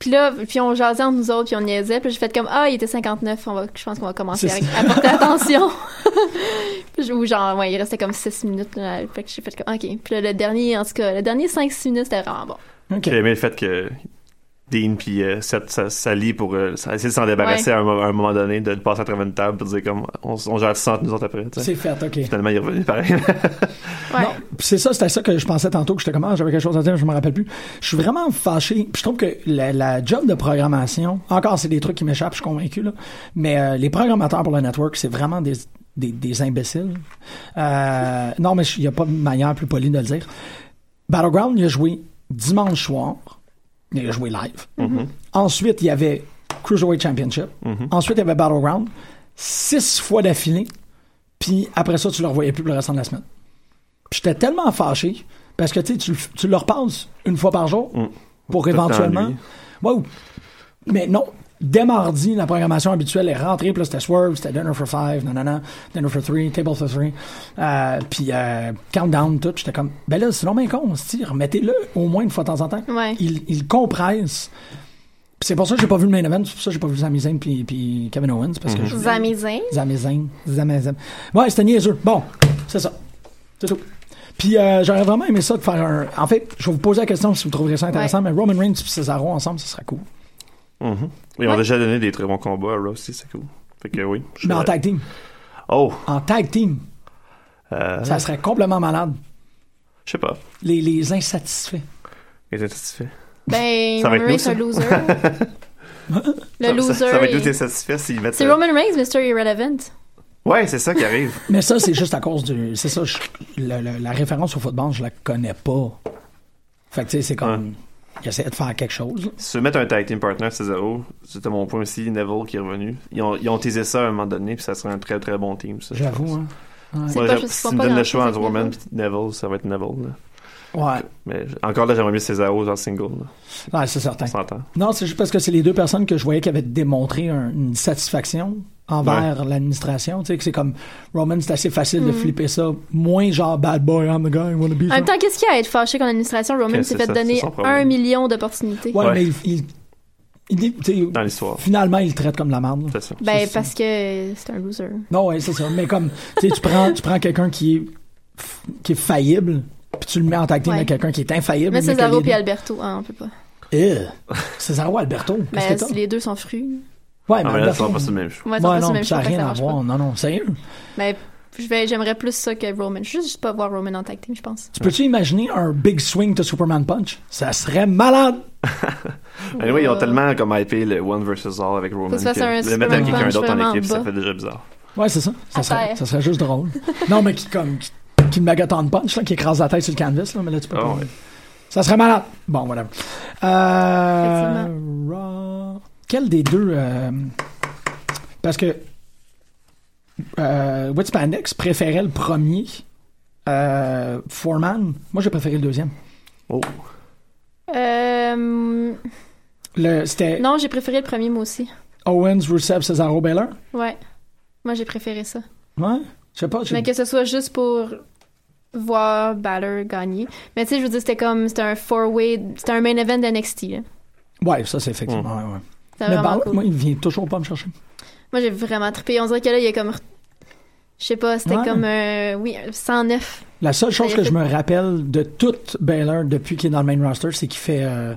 Puis là, puis on jasait entre nous autres, puis on niaisait. Puis j'ai fait comme, ah, il était 59, on va, je pense qu'on va commencer
C'est
avec- à
[LAUGHS]
porter attention. [LAUGHS] Puis je- Ou genre, ouais, il restait comme 6 minutes. là. fait que j'ai fait comme, ok. Puis là, le dernier, en tout cas, le dernier 5-6 minutes, c'était vraiment bon.
Ok.
J'ai aimé le fait que Dean puis euh, Seth s- s'allient pour euh, s- essayer de s'en débarrasser à, un, mo- à un moment donné, de le passer à travers une table, pour dire comme on, s- on gère ça entre nous autres après. tu sais.
C'est fait, OK.
Finalement, il est revenu pareil.
Ouais.
Non, pis c'est ça, c'était ça que je pensais tantôt, que j'étais comme, ah, j'avais quelque chose à dire, je me rappelle plus. Je suis vraiment fâché. Pis je trouve que la, la job de programmation, encore, c'est des trucs qui m'échappent, je suis convaincu, là. Mais euh, les programmateurs pour le network, c'est vraiment des, des, des imbéciles. Euh, non, mais il n'y a pas de manière plus polie de le dire. Battleground, il a joué dimanche soir. Il a joué live. Ensuite, il y avait Cruiserweight Championship. Ensuite, il y avait Battleground. Six fois d'affilée. Puis après ça, tu le revoyais plus le restant de la semaine. Puis j'étais tellement fâché parce que tu sais, tu, le- tu le repasses une fois par jour pour
Mm. le temps
éventuellement.
lui.
Ouais, ou- Mais non, dès mardi, la programmation habituelle est rentrée. Puis là, c'était Swerve, c'était Dinner for Five, nanana, Dinner for Three, Table for Three. Euh, puis euh, Countdown, tout. J'étais comme, ben là, c'est non, mais con, se remettez-le au moins une fois de temps en temps.
Ouais.
Il, il compresse. Puis c'est pour ça que j'ai pas vu le main event, c'est pour ça que j'ai pas vu Sami Zayn puis, puis Kevin Owens, parce
Mm-hmm.
que je voulais-
Zamizin.
Zamezin. Zamezin. Ouais, c'était niaiseux. Bon, c'est ça. C'est tout. Puis euh, j'aurais vraiment aimé ça de faire un. En fait, je vais vous poser la question si vous trouverez ça intéressant, mais Roman Reigns et Cesaro ensemble, ce serait cool.
Ils ont
Ouais.
déjà donné des très bons combats à Raw aussi, c'est cool. Fait que oui. je-
Mais en tag team.
Oh!
En tag team.
euh,
Ça serait complètement malade.
je sais pas.
Les, les insatisfaits.
Il était satisfait.
Ben,
Ça
Roman
va être nous,
Reigns, c'est
ça.
un
[LAUGHS]
loser. le
Ça-
loser.
Ça, ça va être nous
il-
t'es satisfait s'ils mettent.
C'est
euh,
Roman Reigns, Mr. Irrelevant.
Ouais, c'est ça qui arrive.
Mais ça, c'est juste à cause du. C'est ça, je- le- le- la référence au football, je la connais pas. Fait que tu sais, c'est comme. Il essaie de faire quelque chose. là.
se mettre un tag team partner, c'est zéro. C'était mon point aussi, Neville qui est revenu. Ils ont, ils ont teasé ça à un moment donné, puis ça serait un très très bon team. ça, je pense.
J'avoue, hein.
C'est
Moi,
pas
j'a-
juste
si
pas
tu me
pas
donnes le
grand-chose
choix
avec
entre Roman
[LAUGHS] Neville.
et Neville, ça va être Neville. là.
Ouais,
Mais j- encore là, j'aimerais mieux Cesaro genre single. là.
ouais c'est certain.
On s'entend.
Non, c'est juste parce que c'est les deux personnes que je voyais qui avaient démontré un- une satisfaction envers l'administration. Tu sais, que c'est comme Roman, c'est assez facile de flipper ça. Moins genre bad boy, I'm the guy, I wanna be.
Mm. En même
ça.
temps, qu'est-ce qu'il y a à être fâché qu'en administration, Roman
Ok,
s'est
c'est
fait
ça,
donner
c'est son problème.
un million d'opportunités?
ouais,
Ouais.
mais il. il- il est- tu sais,
Dans l'histoire.
finalement, il le traite comme la merde. là.
C'est ça.
Ben,
c'est-
parce que c'est un loser.
Non, ouais, c'est ça. Mais comme, tu sais, tu prends, tu prends quelqu'un qui est, qui est faillible, puis tu le mets en tag team
Ouais.
avec quelqu'un qui est infaillible.
Mais
mais que
Cesaro
les
puis
deux-
Alberto, ah, on peut pas.
Ugh. Eh! Cesaro Alberto, qu'est-ce
Ben,
que t'as?
les deux sont fruits.
Ouais, mais
Ah, mais là, ça
Alberto.
va pas sur le même choix.
Ouais, ils sont
Ouais,
pas sur
non,
le même
ça n'a
choix, fait que
rien à
marche
voir. Non, non, sérieux.
pas. Ben, je vais- j'aimerais plus ça que Roman. Juste, juste pas voir Roman en tag team, je pense.
Tu peux-tu imaginer un big swing de Superman Punch? Ça serait malade!
Anyway, ils ont tellement comme hypé le one versus all avec Roman.
ben. Faut que ça
que
fasse un
le mettre
Superman
avec quelqu'un
punch
d'autre en
vraiment
équipe,
en
ça
bas.
fait déjà bizarre.
Ouais, c'est ça. Ça
À
serait,
terre.
ça serait juste
[LAUGHS]
drôle. non, mais qui comme qui, qui magatone punch, là, qui écrase la tête sur le canvas, là, mais là tu peux
Ah
pas.
ouais.
Ça serait malade. Bon, voilà. Euh, Raw. Quel des deux euh, Parce que euh, Pandex préférait le premier. Euh, Foreman, moi j'ai préféré le deuxième.
Oh.
Euh,
Le, c'était
non, j'ai préféré le premier, moi aussi.
Owens, Rusev, Cesaro, Baylor.
Ouais. Moi, j'ai préféré ça.
Ouais. Je sais pas. j'ai-
Mais que ce soit juste pour voir Balor gagner. Mais tu sais, je veux dire, c'était comme, c'était un four-way, c'était un main event d'NXT.
Ouais, ça c'est effectivement. ouais, ouais.
C'était
Mais
vraiment
Balor,
cool.
moi, il vient toujours pas me chercher.
Moi, j'ai vraiment trippé. On dirait que là, il y a comme. Je sais pas, c'était
Ouais.
comme un. Oui, un 109.
La seule chose
Ça y
que
est,
je
c'est-
me rappelle de toute Baylor depuis qu'il est dans le main roster, c'est qu'il fait euh,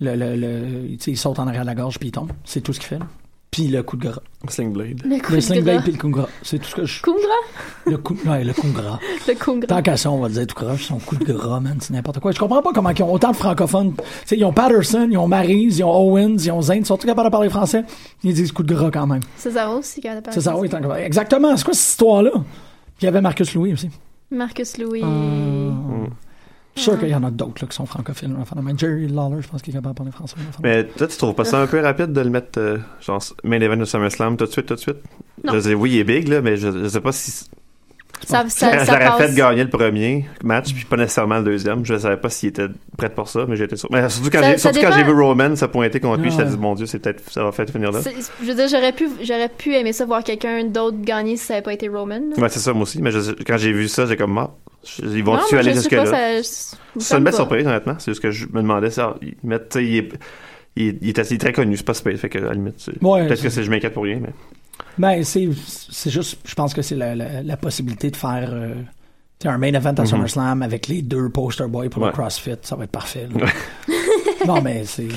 le, le, le- tu sais, il saute en arrière de la gorge puis il tombe. C'est tout ce qu'il fait. là. Puis le coup de gras.
Sling Blade.
Le coup
Le
de
sling
gras.
blade puis le coup de gras. C'est tout ce que je.
Coup de gras?
Le coup, ouais, le coup de
[LAUGHS]
gras.
Le coup de gras.
Tant qu'à ça, on va le dire tout croche. Son coup de gras, man, c'est n'importe quoi. Je comprends pas comment ils ont autant de francophones. Tu sais, ils ont Patterson, ils ont Maryse, ils ont Owens, ils ont Zane. Ils sont tous capables de parler français. Ils disent coup de gras quand même.
Cesaro aussi, quand elle
C'est ça, oui, tant que- Exactement. C'est quoi cette histoire-là? Puis il y avait Marcus Louis aussi.
Marcus Louis.
Ah. Mm.
Mm.
Je suis Euh, sûr qu'il y en a d'autres là, qui sont francophiles. un enfant de même. Jerry Lawler, je pense qu'il est capable de parler français. un enfant de même.
Mais toi, tu trouves pas ça un peu rapide de le mettre, euh, genre, main event de SummerSlam tout de suite, tout de suite?
Non.
Je sais, oui, il est big, là, mais je, je sais pas si
Ça,
Quand
ça,
je
ça
l'aurais fait
passe.
gagner le premier match, puis pas nécessairement le deuxième. Je savais pas s'il était prêt pour ça, mais j'étais sûr. Mais surtout quand
Ça-
j'ai
ça
surtout quand j'ai
dépend.
vu Roman se pointer contre lui,
Ah
j'étais
ouais.
dit, mon Dieu, c'est peut-être, ça va peut-être finir là.
C'est- Je veux dire, j'aurais pu, j'aurais pu aimer ça voir quelqu'un d'autre gagner si ça n'avait pas été Roman. là.
Ouais, c'est ça, moi aussi. Mais je- quand j'ai vu ça, j'ai comme, ah, je- ils
Non,
vont-tu
moi,
aller
je sais pas,
jusque-là?
ça- ça me
Ça me
semble
met
pas.
surprise, honnêtement. C'est juste que je me demandais ça. Ils mettent, tu sais, il est, il est, il est assez- il est très connu, c'est pas space. Fait que, à la limite, c'est-
Ouais,
peut-être
c'est-
que c'est- je m'inquiète pour rien, mais.
Ben, c'est, c'est juste, je pense que c'est la, la- la possibilité de faire euh, T'sais, un main event à SummerSlam avec les deux poster boys pour le
Mm-hmm. Ouais.
CrossFit, ça va être parfait. là. [LAUGHS] non, mais c'est.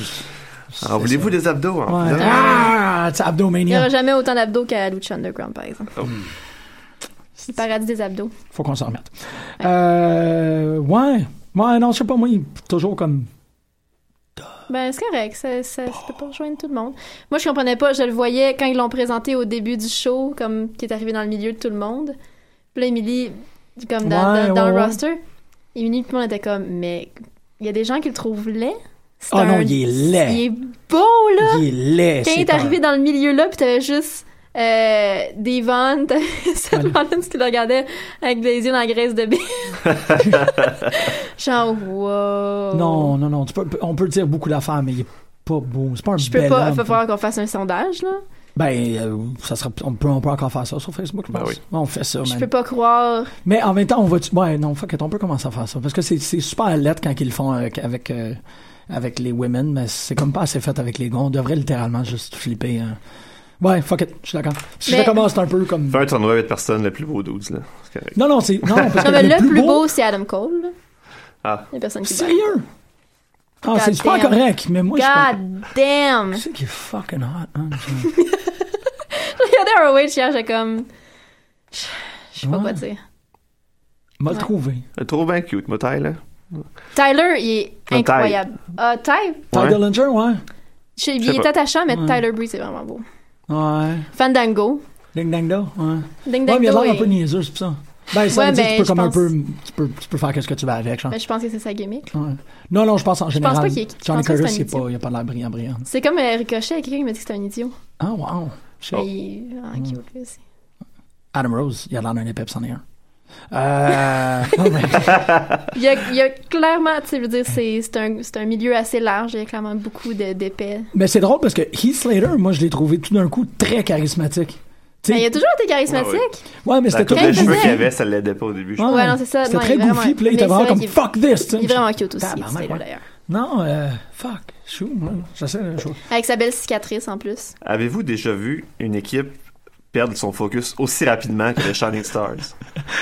En Ah, voulez-vous
des.
des abdos? hein?
Ouais. Ah, c'est
Il n'y
Abdomania.
aura jamais autant d'abdos qu'à Lucha Underground, par exemple.
Oh.
C'est le paradis des abdos.
Faut qu'on s'en remette. Euh, ouais. Ouais, non, je sais pas, moi, il- toujours comme.
Ben, c'est correct, ça, ça, ça peut pas rejoindre tout le monde. Moi, je comprenais pas, je le voyais quand ils l'ont présenté au début du show, comme qui est arrivé dans le milieu de tout le monde. Puis là, Emily, comme dans,
Ouais,
dans- dans
ouais,
le
ouais.
roster, Emily, tout le monde était comme, mais il y a des gens qui le trouvent laid. C'est
Ah non,
un-
il est laid.
Il est beau, là!
Il est laid.
Quand il
c'est
est
pas-
arrivé dans le milieu là, puis t'avais juste euh, des vannes, t'avais [LAUGHS] Seth Rollins qui le regardait avec des yeux dans la
[LAUGHS]
graisse de bille. Genre, wow.
Non, non, non. tu peux- on peut dire beaucoup d'affaires, mais il est pas beau. C'est Ben pas un
Je peux
bel
pas,
homme.
faut falloir qu'on fasse un sondage, là.
Ben, euh, ça sera, on, peut, on peut encore faire ça sur Facebook, je
Ben
pense.
oui.
On fait ça,
Je
man.
peux pas croire.
Mais en même temps, on va... tu- Ouais, non, fuck it, on peut commencer à faire ça. Parce que c'est c'est super lettre quand ils le font avec... avec euh, avec les women, mais c'est comme pas assez fait avec les gars. On devrait littéralement juste flipper. hein. Ouais, fuck it, je suis d'accord. Si je
Mais-
commence, c'est un peu comme...
Fais un tournoi avec personne, le plus beau 12, là. C'est correct.
Non, non, c'est... Non, parce
Non,
que
mais le plus beau, c'est Adam Cole, là.
Ah.
Il y a personne qui
Sérieux? Ah, c'est
God
super
damn.
correct, mais moi, je suis pas-
God
[LAUGHS]
damn!
Tu sais qu'il est fucking hot, hein?
Je regardais ROH hier, j'ai comme. Je je sais pas
Ouais.
quoi dire.
M'a
Ouais.
trouvé.
Elle est trop Euh, bien cute, moi, Ty, là.
Tyler, il est
Ah, Ty.
incroyable. Ah, Ty,
Ty
Ouais.
Dillinger, ouais.
je- il
sais
est
pas.
attachant, mais
Ouais.
Tyler Breeze, c'est vraiment beau.
Ouais.
Fandango.
Ding dang do, ouais.
Ding
Ouais,
dang
mais il a
dong
l'air un
est-
peu niaiseux, c'est pour ça. Ben, ça
Ouais,
veut dire que
mais
tu peux
je
comme un
pense-
peu. Tu peux, tu peux faire qu'est-ce que tu veux avec, genre.
Mais Ben, je pense que c'est sa gimmick.
Ouais. Non, non, je pense en général.
pas qu'il est- je
Johnny
pense pas que
Curtis,
c'est un
il est
idiot.
pas- il a pas l'air brillant, brillant.
C'est comme euh, Ricochet, il y a quelqu'un qui m'a dit que c'était un idiot.
Ah, wow.
Oh.
Shit.
Mais il est
Mm.
vraiment cute, lui aussi.
Adam Rose, il a l'air d'un épée, c'en est un. Euh. [LAUGHS] non, mais-
Il y a, il y a clairement, tu sais, je veux dire, c'est c'est un, c'est un milieu assez large. Il y a clairement beaucoup de- d'épais.
mais c'est drôle parce que Heath Slater, moi, je l'ai trouvé tout d'un coup très charismatique. Tu
Mais Ben, il a
sais,
toujours été charismatique.
ouais, mais
La
c'était tout
coupe
Quand
de
il
cheveux
faisait-
qu'il avait, ça l'aidait pas au début. je
Ouais,
Ouais, non, c'est ça.
C'était
Non,
très
il est vraiment-
goofy, puis là, il
mais
était
c'est
vraiment
vrai
comme
qu'il est-
fuck this, tu sais.
Il est vraiment cute aussi,
Tabarnak,
c'est là,
ouais.
d'ailleurs.
Non, euh, fuck, chou, moi, j'essaie de jouer.
Avec sa belle cicatrice en plus.
Avez-vous déjà vu une équipe perdre son focus aussi rapidement que les Shining Stars?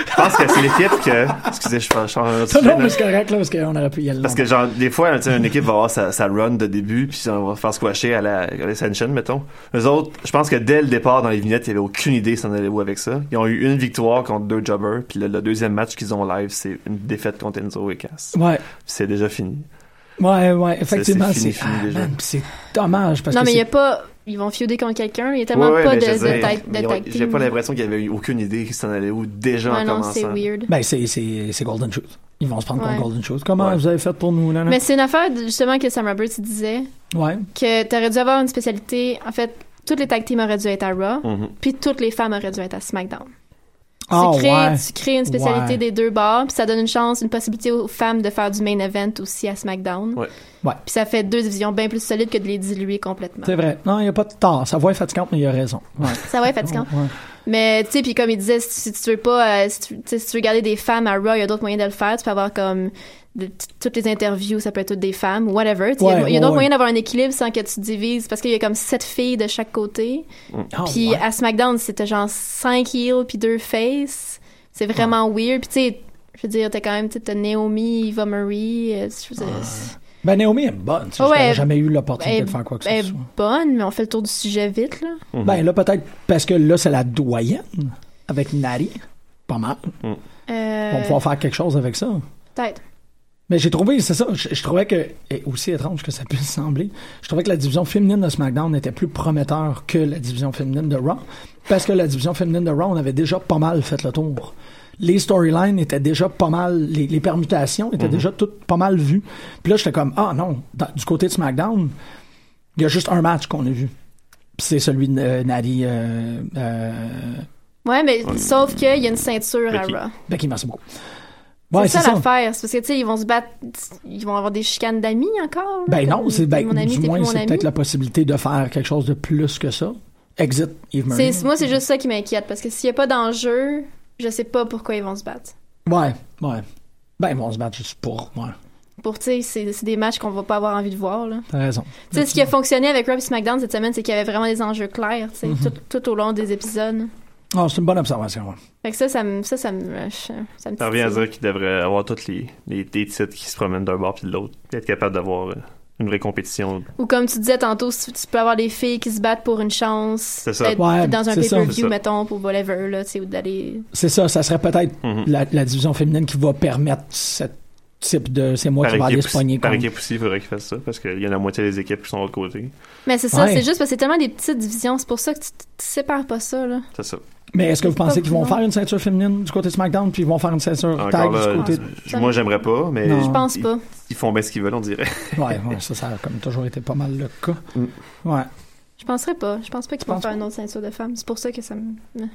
Je pense que c'est l'équipe que... Excusez, je suis en train
Non, non, mais c'est correct, là, parce qu'on aurait pu y aller.
Parce que, genre, des fois, tu sais, une équipe va avoir sa, sa run de début, puis on va faire squasher à la à l'Ascension, mettons. Eux autres, je pense que dès le départ, dans les vignettes, ils avaient aucune idée s'en allait où avec ça. Ils ont eu une victoire contre deux jobbers, puis le, le deuxième match qu'ils ont live, c'est une défaite contre Enzo et Cass.
Ouais,
Puis C'est déjà fini.
ouais, ouais, effectivement.
c'est fini,
C'est
fini,
ah,
déjà.
man, pis c'est dommage, parce
non,
que
mais il
c'est-
n'y a pas. Ils vont feuder contre quelqu'un. Il y a tellement
Ouais, ouais,
pas
mais
de,
je
de,
veux dire,
tag- de
mais ils ont-
tag
J'ai
team.
pas l'impression qu'il y avait eu aucune idée qu'ils s'en allaient où déjà
Ouais,
en
non, c'est
commençant.
weird.
Ben, c'est, c'est, c'est Golden Shoes. Ils vont se prendre contre
Ouais.
Golden Shoes. Comment
Ouais.
vous avez fait pour nous, là? là?
Mais c'est une affaire, justement, que Sam Roberts disait.
Ouais.
que t'aurais dû avoir une spécialité. En fait, toutes les tag teams auraient dû être à Raw,
Mhm.
puis toutes les femmes auraient dû être à SmackDown.
Ah,
tu, crées,
ouais.
tu crées une spécialité
Ouais.
des deux bords, puis ça donne une chance, une possibilité aux femmes de faire du main event aussi à SmackDown.
Ouais.
Ouais.
Puis ça fait deux divisions bien plus solides que de les diluer complètement.
C'est vrai. Non, il n'y a pas de tort. Sa voix est fatigante, mais il a raison.
[LAUGHS]
Ouais.
Ça va être fatigant.
Ouais.
Mais tu sais, puis comme il disait, si tu, si tu veux pas, euh, si, tu, tu sais, si tu veux garder des femmes à Raw, il y a d'autres moyens de le faire. Tu peux avoir comme de- t- toutes les interviews, ça peut être toutes des femmes, whatever. Tu sais, Il y
Ouais,
a- il y a
ouais,
d'autres
ouais.
moyens d'avoir un équilibre sans que tu te divises, parce qu'il y a comme sept filles de chaque côté.
Ah,
Puis euh,
ouais.
à SmackDown, c'était genre 5 heels puis 2 face. C'est vraiment
Ah.
weird. Puis tu sais, je veux dire, t'as quand même, tu sais, t'as Naomi, Eva Marie. euh, Je veux dire, c'est-
Ben, Naomi est bonne. Tu sais,
Ouais. Ben,
j'aurais jamais eu l'opportunité
elle-
de faire quoi que
elle
ce
est
soit.
bonne, mais on fait le tour du sujet vite, là.
Mhm.
Ben, là, peut-être parce que là, c'est la doyenne avec Nari. Pas mal.
Euh,
On va pouvoir faire quelque chose avec ça.
Peut-être.
Mais j'ai trouvé, c'est ça, je, je trouvais que, et aussi étrange que ça puisse sembler, je trouvais que la division féminine de SmackDown était plus prometteur que la division féminine de Raw, parce que la division féminine de Raw, on avait déjà pas mal fait le tour. Les storylines étaient déjà pas mal, les, les permutations étaient déjà toutes pas mal vues. Puis là, j'étais comme, ah non, dans- du côté de SmackDown, il y a juste un match qu'on a vu. Puis c'est celui de euh, Nari, euh, euh,
Ouais, mais sauf qu'il y a une ceinture à
Becky.
Raw.
Becky Massimo.
c'est ça, l'affaire. C'est parce que, tu sais, ils vont se battre, ils vont avoir des chicanes d'amis encore. là,
Ben
comme,
non, c'est
t'es
ben,
mon ami,
du
t'es
moins
plus mon
c'est
ami.
peut-être la possibilité de faire quelque chose de plus que ça. Exit Eve Marie.
C'est- Moi, c'est juste ça qui m'inquiète, parce que s'il n'y a pas d'enjeu, je sais pas pourquoi ils vont se battre.
Ouais, ouais. Ben ils vont se battre juste pour. Ouais,
Pour, tu sais, c'est c'est des matchs qu'on va pas avoir envie de voir, là.
t'as raison.
Tu sais, ce
Mm-hmm.
qui a fonctionné avec Rob SmackDown cette semaine, c'est qu'il y avait vraiment des enjeux clairs, tu sais, tout, tout au long des épisodes.
Non, c'est une bonne observation.
Fait que ça, ça me. Ça, ça me. Ça me
Ça revient à
titille.
dire qu'il devrait avoir tous les, les, les titres qui se promènent d'un bord puis de l'autre. Être capable d'avoir euh, une vraie compétition.
Ou comme tu disais tantôt, si tu peux avoir des filles qui se battent pour une chance. C'est
ça.
Ouais,
dans un
c'est ça.
C'est
pay-per-view,
ça.
mettons, pour whatever, là, tu sais, ou d'aller.
C'est ça, ça serait peut-être
Mhm.
la, la division féminine qui va permettre ce type de. C'est moi qui vais aller se
aussi,
pogner
par
contre.
équipe aussi, il faudrait qu'ils fassent ça parce qu'il y a la moitié des équipes qui sont de l'autre côté.
Mais c'est ça,
Ouais.
c'est juste parce que c'est tellement des petites divisions, c'est pour ça que tu, tu sépares pas ça, là.
C'est ça.
Mais est-ce que vous pensez qu'ils vont
Non.
faire une ceinture féminine du côté SmackDown, puis ils vont faire une ceinture tag
Encore
du
là,
côté.
je- moi j'aimerais pas, mais
Non.
Je pense
ils-
pas.
Ils font bien ce qu'ils veulent, on dirait.
Ouais, ouais, ça, ça a comme toujours été pas mal le cas.
Mm.
Ouais.
Je penserais pas. Je pense pas qu'ils
Tu
vont
penses
faire
pas?
une autre ceinture de femmes. C'est pour ça que ça me.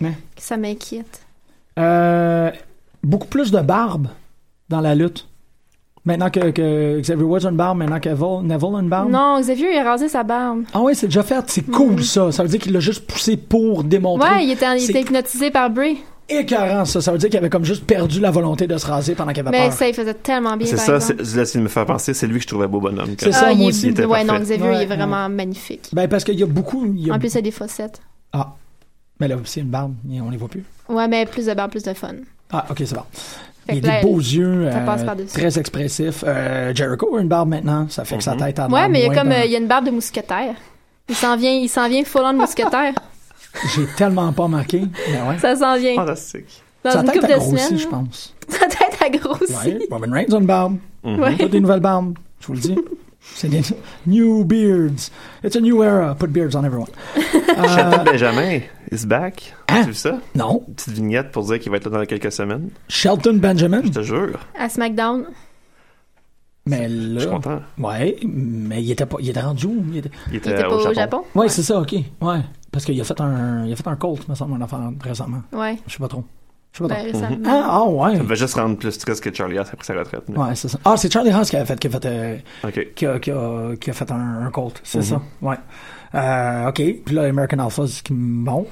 Mais?
Que ça m'inquiète.
Euh, beaucoup plus de barbe dans la lutte. Maintenant que, que Xavier Woods a une barbe, maintenant que Vol- Neville a une barbe.
Non, Xavier, il a rasé sa barbe.
Ah oui, c'est déjà fait. C'est cool, ça. Ça veut dire qu'il l'a juste poussé pour démontrer.
Ouais, il était, il
c'est-
était hypnotisé par Bray.
Écœurant, ça. Ça veut dire qu'il avait comme juste perdu la volonté de se raser pendant qu'il avait
Mais
peur.
ça, il faisait tellement bien.
C'est
par
ça,
exemple.
c'est là, ce qui me fait penser, c'est lui que je trouvais beau bonhomme.
C'est
quand-
ça, moi
Ah, il est-
aussi,
il était
Ouais, non,
parfait.
Xavier, il
Ouais,
est vraiment magnifique.
Ben, parce qu'il y a beaucoup. il y a-
En plus, il a des fossettes.
Ah. Mais là, c'est une barbe. et On les voit plus.
Ouais, mais plus de barbe, plus de fun.
Ah, ok, c'est bon.
Fait
il
que
a
là,
des beaux yeux,
ça
euh,
passe par-dessus.
très expressif. Euh, Jericho a une barbe maintenant, ça fait que sa tête a
Ouais,
l'air
mais il y a
moins
comme
dans-
euh, il y a une barbe de mousquetaire. Il s'en vient, il s'en vient full
[LAUGHS]
on mousquetaire.
J'ai tellement pas marqué. Mais ouais.
Ça s'en vient.
Fantastique.
Dans
Ah, Sa
une
tête
couple
a
de
grossi,
semaines. hein.
je
là.
pense.
[LAUGHS] Sa tête a grossi.
Ouais, Robin Reigns a une barbe.
Mhm.
Ouais.
[LAUGHS]
Toutes des nouvelles barbes, je vous le dis. C'est des new beards. It's a new era. Put beards on everyone.
Chantal Benjamin is back.
Euh. Hein?
Tu vu ça?
Non,
Une petite vignette pour dire qu'il va être là dans quelques semaines.
Shelton Benjamin.
Je te jure.
À SmackDown.
Mais
Je
là,
suis content.
ouais, mais il était pas, il était rendu où Il était-
Il
Il était pas au Japon.
Ouais, c'est ça, ok, ouais, parce qu'il a fait un, il a fait un Colt, me semble, un affaire récemment.
Ouais.
Je sais pas trop, je sais pas trop.
Ben, récemment.
Ah, ah ouais.
Ça me fait juste rendre plus triste que Charlie Haas après sa retraite. mais-
Ouais, c'est ça. Ah, c'est Charlie Haas qui a fait, qui a fait, euh,
Ok.
qui a, qui a, qui a fait un, un Colt,
Mhm.
c'est ça. Ouais. Euh, ok. Puis là, American Alpha, ce qui monte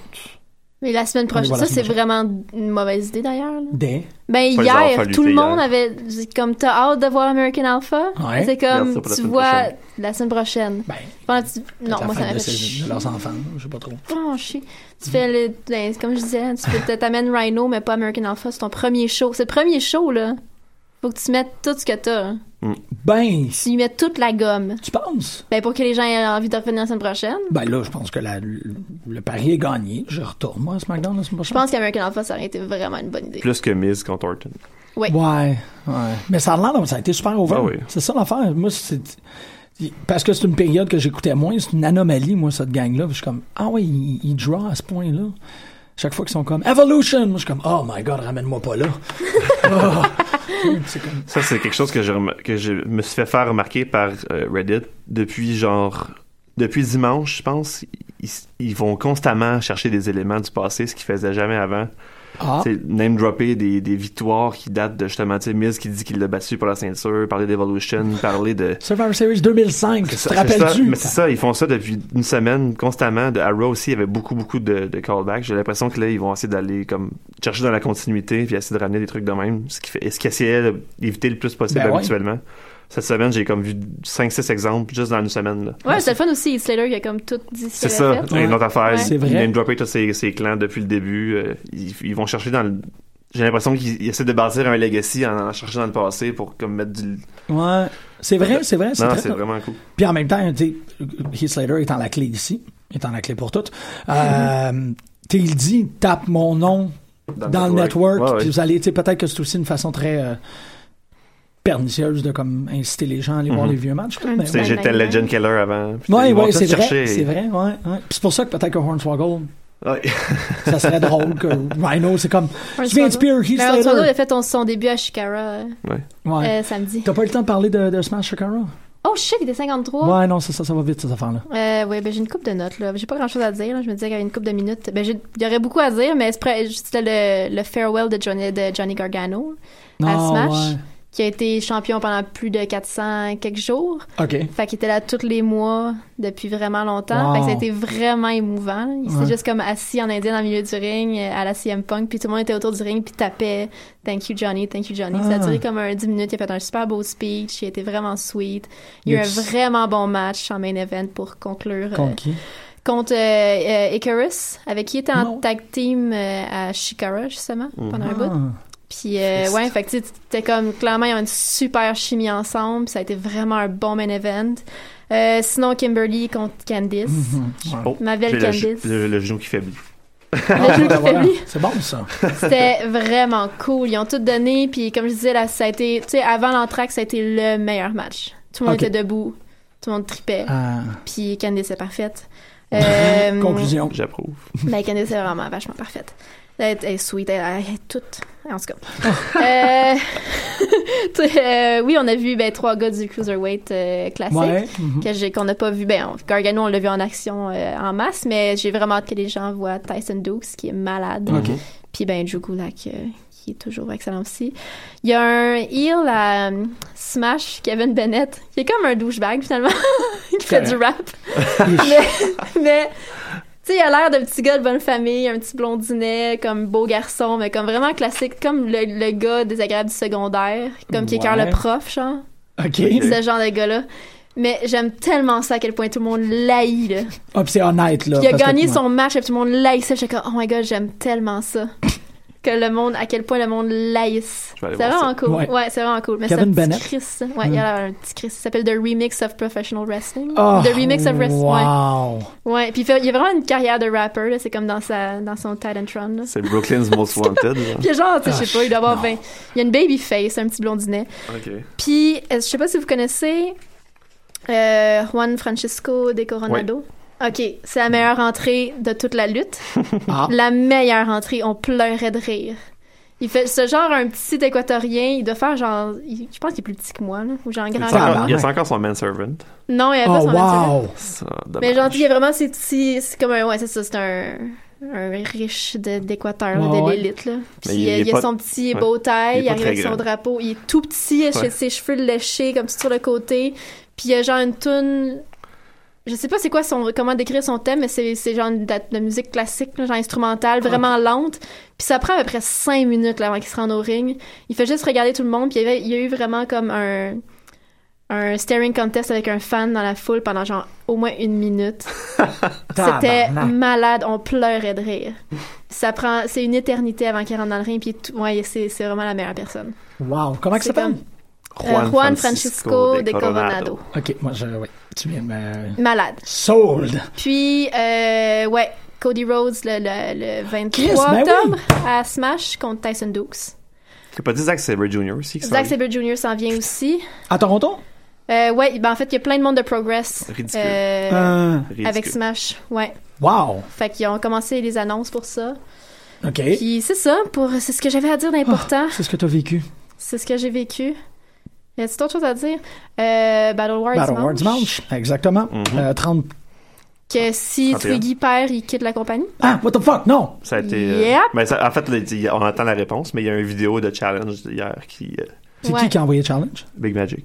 Mais la semaine prochaine,
voilà,
ça c'est
c'est
vraiment une mauvaise idée d'ailleurs. là.
des.
Ben
Pas les avoir
hier,
fallu,
tout le
c'est
monde
hier.
avait comme t'as hâte de voir American Alpha.
Ouais.
C'est
Garde ça
comme
pour la
tu
semaine
vois
prochaine.
la semaine prochaine.
Ben,
Pendant que tu- Non,
la
moi
fête
ça m'a
de, ses-
fait chier.
de leurs enfants, je sais pas trop.
Vraiment chier. Tu fais le, ben, c'est comme je disais, tu peux- t'amènes Rhino, mais pas American Alpha. C'est ton premier show. C'est le premier show, là. Faut que tu mettes tout ce que t'as.
Ben,
Tu y mets toute la gomme.
tu penses?
Ben, pour que les gens aient envie de revenir la semaine prochaine.
Ben là, je pense que la- le pari est gagné. Je retourne, moi, à SmackDown la semaine
Je
prochaine.
pense qu'American Alpha, ça aurait été vraiment une bonne idée.
Plus que Miz contre Orton.
Ouais, ouais. Mais ça a l'air, donc, ça a été super over.
Ah oui.
C'est ça l'affaire. Moi, c'est. Parce que c'est une période que j'écoutais moins, c'est une anomalie, moi, cette gang-là. Puis Je suis comme, ah ouais, ils, ils draw à ce point-là. Chaque fois qu'ils sont comme Evolution, moi, je suis comme, oh my god, ramène-moi pas là.
Ça, c'est quelque chose que je, rem- que je me suis fait faire remarquer par euh, Reddit depuis genre. Depuis dimanche, je pense. Ils, ils vont constamment chercher des éléments du passé, ce qu'ils faisaient jamais avant.
Ah,
Tu sais, name dropper des, des victoires qui datent de justement, tu sais, Miz qui dit qu'il l'a battu pour la ceinture, parler d'Evolution, [LAUGHS] parler de.
Survivor Series 2005, tu
C'est
te
ça, c'est ça.
rappelles-tu?
Mais c'est ça, ils font ça depuis une semaine, constamment. De, à Raw aussi, il y avait beaucoup, beaucoup de, de callbacks. J'ai l'impression que là, ils vont essayer d'aller comme chercher dans la continuité puis essayer de ramener des trucs de même. Ce qui fait, ce qu'ils essayaient d'éviter le plus possible
Ben ouais.
habituellement. Cette semaine, j'ai comme vu 5-6 exemples juste dans une semaine. là.
Ouais, c'est le fun aussi. Heath Slater, il a comme tout dit ce
C'est
qu'il avait
ça,
fait.
Ouais.
une autre affaire.
Ouais.
C'est vrai.
Ils name dropper tous ces, ces clans depuis le début. Euh, ils, ils vont chercher dans le. J'ai l'impression qu'ils ils essaient de bâtir un legacy en, en cherchant dans le passé pour comme mettre du.
Ouais. C'est vrai, c'est vrai.
Non,
très-
c'est vraiment cool.
Puis en même temps, tu sais, Heath Slater étant la clé d'ici, étant la clé pour toutes, euh, tu sais, il dit tape mon nom dans, le network,
Ouais, ouais.
puis vous allez, tu sais, peut-être que c'est aussi une façon très euh, pernicieuse de comme inciter les gens à aller voir
Mhm.
les vieux matchs.
Un
mais-
petit
Tu sais,
Ben,
J'étais
ben, ben.
Legend Killer avant. puis
Ouais,
ils vont
ouais,
tous
c'est vrai,
chercher-
c'est vrai, ouais, ouais. Puis c'est pour ça que peut-être que Hornswoggle,
Ouais.
ça serait drôle que Rhino, c'est comme, je viens de Spear Heath
Mais Alonso
Slater.
a fait ton- son début à Shikara euh,
Ouais.
Ben, euh, samedi.
T'as pas eu le temps de parler de, de Smash Shakara?
Oh shit, il était 53.
Ouais, non, c'est ça, ça va vite, ces affaires-là.
Euh, ouais, ben j'ai une coupe de notes là. J'ai pas grand chose à dire. là. Je me disais qu'il y avait une coupe de minutes. Ben j'ai- il y aurait beaucoup à dire, mais c'est près- c'était le, le farewell de Johnny, de Johnny Gargano, À Smash?
Ah, ouais.
qui a été champion pendant plus de 400 quelques jours.
OK.
Fait qu'il était là tous les mois depuis vraiment longtemps.
Wow.
Fait que ça a été vraiment émouvant. là. Il
Ouais.
s'est juste comme assis en indien dans le milieu du ring euh, à la CM Punk, puis tout le monde était autour du ring puis tapait Thank you Johnny, thank you Johnny. Puis Ça a
Ah.
duré comme un 10 minutes. Il a fait un super beau speech. Il a été vraiment sweet. Il y a eu
Yes.
un vraiment bon match en main event pour conclure euh,
Conquis.
contre euh, euh, Icarus, avec qui il était en
Non.
tag team euh, à Shikara, justement, pendant un bout.
Ah.
Puis, euh, ouais, fait que tu sais, c'était comme, clairement, ils ont une super chimie ensemble, puis ça a été vraiment un bon main event. Euh, sinon, Kimberly contre Candice.
Mhm.
Oh,
Ma belle
j'ai le,
Candice.
ge- le- le genou qui faiblit.
Le jeu
Ben
qui
voilà.
faiblit.
C'est bon, ça.
C'était vraiment cool. Ils ont tout donné. Puis, comme je disais, là, ça a été, tu sais, avant l'entraque, ça a été le meilleur match. Tout le monde
Ok.
était debout. Tout le monde tripait.
Euh,
Puis, Candice est parfaite. Euh,
conclusion.
J'approuve.
[LAUGHS] Ben, Candice est vraiment vachement parfaite. Elle est, elle est sweet, elle, elle est toute. En tout cas. Euh, [LAUGHS] tu sais, euh, oui, on a vu ben, trois gars du Cruiserweight euh, classique.
Ouais. mhm.
Que j'ai, qu'on n'a pas vu. Ben, on- Gargano, on l'a vu en action euh, en masse, mais j'ai vraiment hâte que les gens voient Tyson Dukes, qui est malade.
Ok.
Puis ben Drew Gulak, euh, qui est toujours excellent aussi. Il y a un heel à euh, Smash, Kevin Bennett, qui est comme un douchebag finalement, [LAUGHS] qui fait du rap.
[LAUGHS]
mais, mais, tu sais, il a l'air d'un petit gars de bonne famille, un petit blondinet, comme beau garçon, mais comme vraiment classique, comme le, le gars désagréable du secondaire, comme qui écœure
Ouais.
le prof, genre.
OK.
Ce genre de gars-là. Mais j'aime tellement ça à quel point tout le monde l'haït, là.
Ah, puis c'est honnête, là.
Puis il a
parce que-
gagné
ouais.
son match et tout le monde laissait. J'étais comme, oh my god, j'aime tellement ça. que le monde, à quel point le monde laisse.
Je vais
C'est
aller
vraiment
voir
cool.
Ouais.
Ouais, c'est vraiment cool. Mais
Kevin
c'est un
Bennett. Hum.
petit Chris. ça. Ouais, il y a un petit Chris. Il s'appelle The Remix of Professional Wrestling.
Ah,
The Remix of Wrestling. Ouais.
Wow.
Ouais. Puis il, fait- il a vraiment une carrière de rapper. là. C'est comme dans, sa, dans son Titantron. Là.
C'est Brooklyn's Most Wanted. genre.
Puis genre, tu sais, je sais
Ah,
pas, il doit avoir
non.
20. Il y a une baby face, un petit blondinet. Puis, euh, je sais pas si vous connaissez euh, Juan Francisco de Coronado. OK, c'est la meilleure entrée de toute la lutte.
[LAUGHS] Ah.
La meilleure entrée, on pleurait de rire. Il fait ce genre un petit équatorien, il doit faire genre il- je pense qu'il est plus petit que moi là, ou genre
Il
grand
y a
comme
encore-
moi.
il y a encore son manservant.
Non, il a pas
Oh,
son naturel.
wow.
Ça,
Mais
dommage.
genre il y a vraiment ces petits c'est comme un ouais, c'est ça, c'est un un riche de- d'Équateur, là,
Ouais,
de
ouais.
l'élite. là. Puis
Mais
il,
il est
il a
pas-
son petit
ouais.
beau taille,
Il est
il
pas
arrive
très
avec son
grand.
drapeau, il est tout petit, avec
Ouais.
ses cheveux léchés comme sur le côté, puis il y a genre une tune je sais pas c'est quoi son comment décrire son thème mais c'est c'est genre de, de musique classique là, genre instrumentale vraiment lente puis ça prend à peu près cinq minutes là, avant qu'il se rende au ring il fait juste regarder tout le monde puis il y, avait- il y a eu vraiment comme un un staring contest avec un fan dans la foule pendant genre au moins une minute c'était
Tabarnak.
malade on pleurait de rire ça prend c'est une éternité avant qu'il rentre dans le ring puis tout- ouais c'est c'est vraiment la meilleure personne
Wow. Comment il
C'est
s'appelle?
Euh, Juan, Francisco, de Coronado
OK, moi, je... Oui. Tu viens de me...
malade
Sold.
Puis, euh, ouais, Cody Rhodes le, le, le 23
Chris, ben
octobre à Smash contre Tyson Dukes.
T'as pas dit Zack Sabre Jr. aussi qui s'en
Zack
vient?
Sabre Jr. s'en vient aussi.
À Toronto?
Euh, ouais, ben en fait, il y a plein de monde de Progress
Ridicule.
euh,
Euh,
Ridicule.
avec Smash. Ouais.
wow.
Fait qu'ils ont commencé les annonces pour ça.
OK. Ah,
Puis c'est ça, pour c'est ce que j'avais à dire d'important.
C'est ce que tu as vécu.
C'est ce que j'ai vécu. Y a-t-il autre chose à dire? Euh, Battle War
Battle
dimanche.
War dimanche. Exactement.
Mhm.
Euh, 30...
Que si
31.
Twiggy perd, il quitte la compagnie.
Ah, what the fuck? Non.
Ça a été. euh,
Yep.
ben, ça- en fait, là, il- on attend la réponse, mais il y a une vidéo de challenge hier qui. euh,
C'est
Ouais.
qui qui a envoyé le challenge?
Big Magic.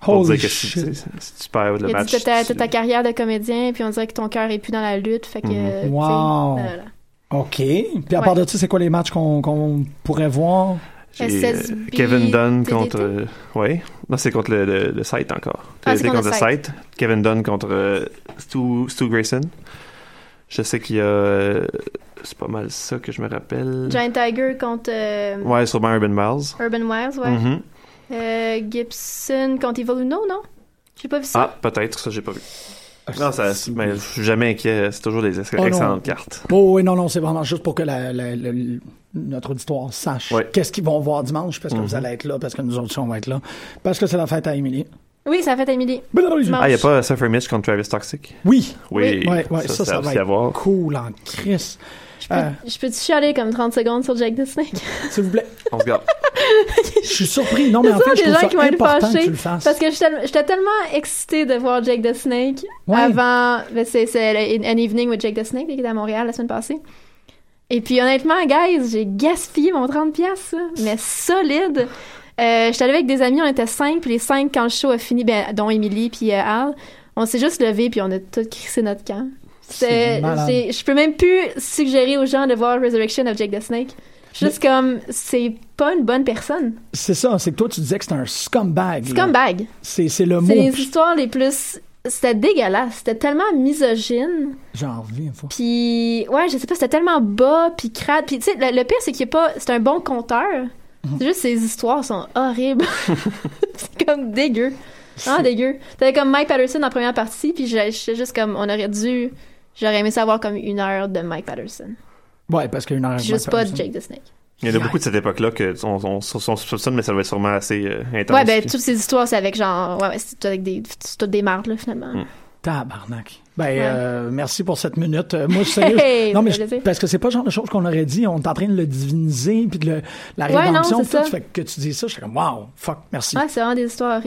Pour
Holy
dire que si, tu
shit.
sais, si tu perds le
Il a
match.
dit que t'as
tu-
t'as ta carrière de comédien, puis on dirait que ton cœur est plus dans la lutte, fait que...
Mhm.
euh, tu sais,
Wow.
voilà.
OK. Puis à part de ça, c'est quoi les matchs qu'on qu'on pourrait voir?
j'ai, euh,
SSB,
Kevin Dunn
TDT.
contre. euh, ouais. Non, c'est contre le, le, le site encore.
Ah,
TDT
c'est contre le
site. Kevin Dunn contre euh, Stu, Stu Grayson. Je sais qu'il y a. euh, c'est pas mal ça que je me rappelle.
Giant Tiger contre euh,
Ouais, sûrement Urban Miles.
Urban Wilds, ouais.
Mhm.
Euh, Gibson contre Evil Uno, non? J'ai pas vu ça.
Ah, peut-être, ça j'ai pas vu. Ah, Non, ça, mais je suis jamais inquiet, c'est toujours des ex-
Oh non.
excellentes cartes.
Oh, oui, non, non, c'est vraiment juste pour que la- la- la- la- notre auditoire sache
Ouais. Mhm.
qu'est-ce qu'ils vont voir dimanche, parce que vous allez être là, parce que nous autres, aussi, on va être là, parce que c'est la fête à Émilie.
Oui, ça a fait Emily.
Oui,
Dimanche.
Ah, il n'y a pas Surfer Mitch contre Travis
[LAUGHS]
Toxic? Oui,
ouais, ouais, ça, ça,
ça
va
aussi à
être
voir.
cool en crise. Euh,
Je peux-tu chialer comme 30 secondes sur Jack the Snake?
S'il vous plaît,
On se garde.
je suis surpris. Non, mais en fait, je
des gens qui
trouve
vont
ça
être
important que
fâchés.
tu le fasses.
Parce que j'étais j'étais tellement excitée de voir Jake the Snake
Ouais.
avant. ben, c'est c'est le- An Evening with Jake the Snake qui était à Montréal la semaine passée. Et puis honnêtement, guys, j'ai gaspillé mon 30$, piastres, là, mais solide. Euh, j'étais allée avec des amis, on était cinq, puis les cinq, quand le show a fini, ben, dont Émilie puis euh, Al, on s'est juste levés, puis on a tout crissé notre camp.
C'est
C'est-
malade.
j'ai- Je peux même plus suggérer aux gens de voir Resurrection of Jake the Snake. Juste comme, c'est pas une bonne personne.
C'est ça, c'est que toi, tu disais que c'est un scumbag. là.
Scumbag.
C'est c'est le mot.
C'est les histoires les plus c'était dégueulasse. C'était tellement misogyne.
J'en reviens pas.
Puis, ouais, je sais pas, c'était tellement bas, puis crade. Puis, tu sais, le, le pire, c'est qu'il est pas. C'est un bon conteur. C'est juste ses histoires sont horribles. c'est comme dégueu. Ah, dégueu. T'avais comme Mike Patterson en première partie, puis j'ai- j'étais juste comme, on aurait dû. J'aurais aimé savoir comme une heure de Mike Patterson.
Ouais, parce qu'il y a une heure.
Puis juste pas de Jake the Snake.
Il y en a beaucoup de cette époque-là que on, on, on soupçonne, mais ça doit être sûrement assez euh, intense.
Ouais, ben, toutes ces histoires, c'est avec genre. Ouais, ouais, c'est tout avec des. C'est toutes des mardes, là, finalement.
Mm.
Tabarnak. Ben,
Ouais.
euh, merci pour cette minute. Euh,
[LAUGHS]
Moi, sérieux,
Hey,
non, mais
ça fait
je-
plaisir.
parce que c'est pas le genre de choses qu'on aurait dit. On est en train de le diviniser, puis de le- la
Ouais, non,
rédemption.
c'est
puis tout.
ça.
Fait que tu dis ça, je suis comme, wow, fuck, merci.
Ouais, c'est vraiment des histoires horribles.